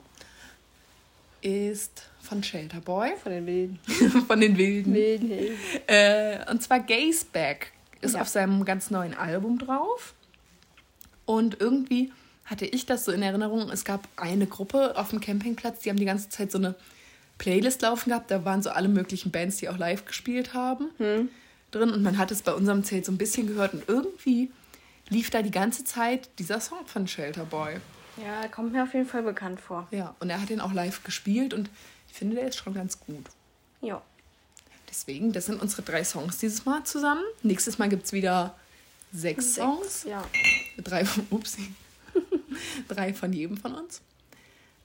Speaker 1: ist von Shelter Boy,
Speaker 2: Von den wilden.
Speaker 1: von den Wilden.
Speaker 2: Wilden Hilden.
Speaker 1: Äh, und zwar Gaze Back ist
Speaker 2: Ja.
Speaker 1: auf seinem ganz neuen Album drauf. Und irgendwie hatte ich das so in Erinnerung, es gab eine Gruppe auf dem Campingplatz, die haben die ganze Zeit so eine Playlist laufen gehabt. Da waren so alle möglichen Bands, die auch live gespielt haben, drin. Und man hat es bei unserem Zelt so ein bisschen gehört. Und irgendwie lief da die ganze Zeit dieser Song von Shelter Boy.
Speaker 2: Ja, kommt mir auf jeden Fall bekannt vor.
Speaker 1: Ja, und er hat den auch live gespielt und ich finde, der ist schon ganz gut.
Speaker 2: Ja.
Speaker 1: Deswegen, das sind unsere drei Songs dieses Mal zusammen. Nächstes Mal gibt es wieder sechs Songs.
Speaker 2: Ja.
Speaker 1: Drei von, upsi. drei von jedem von uns.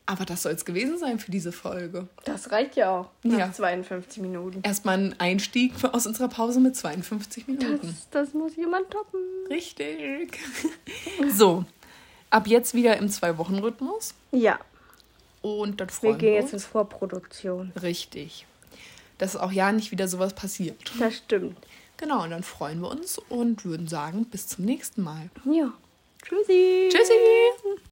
Speaker 1: Aber das soll es gewesen sein für diese Folge.
Speaker 2: Das reicht ja auch. Nach
Speaker 1: Ja.
Speaker 2: 52 Minuten.
Speaker 1: Erstmal ein Einstieg aus unserer Pause mit 52 Minuten.
Speaker 2: Das, das muss jemand toppen.
Speaker 1: Richtig. So, ab jetzt wieder im Zwei-Wochen-Rhythmus.
Speaker 2: Ja.
Speaker 1: Und dann
Speaker 2: Wir
Speaker 1: freuen
Speaker 2: gehen
Speaker 1: wir
Speaker 2: jetzt
Speaker 1: uns.
Speaker 2: in Vorproduktion.
Speaker 1: Richtig. Dass auch ja nicht wieder sowas passiert.
Speaker 2: Das stimmt.
Speaker 1: Genau, und dann freuen wir uns und würden sagen, bis zum nächsten Mal.
Speaker 2: Ja. Tschüssi.
Speaker 1: Tschüssi!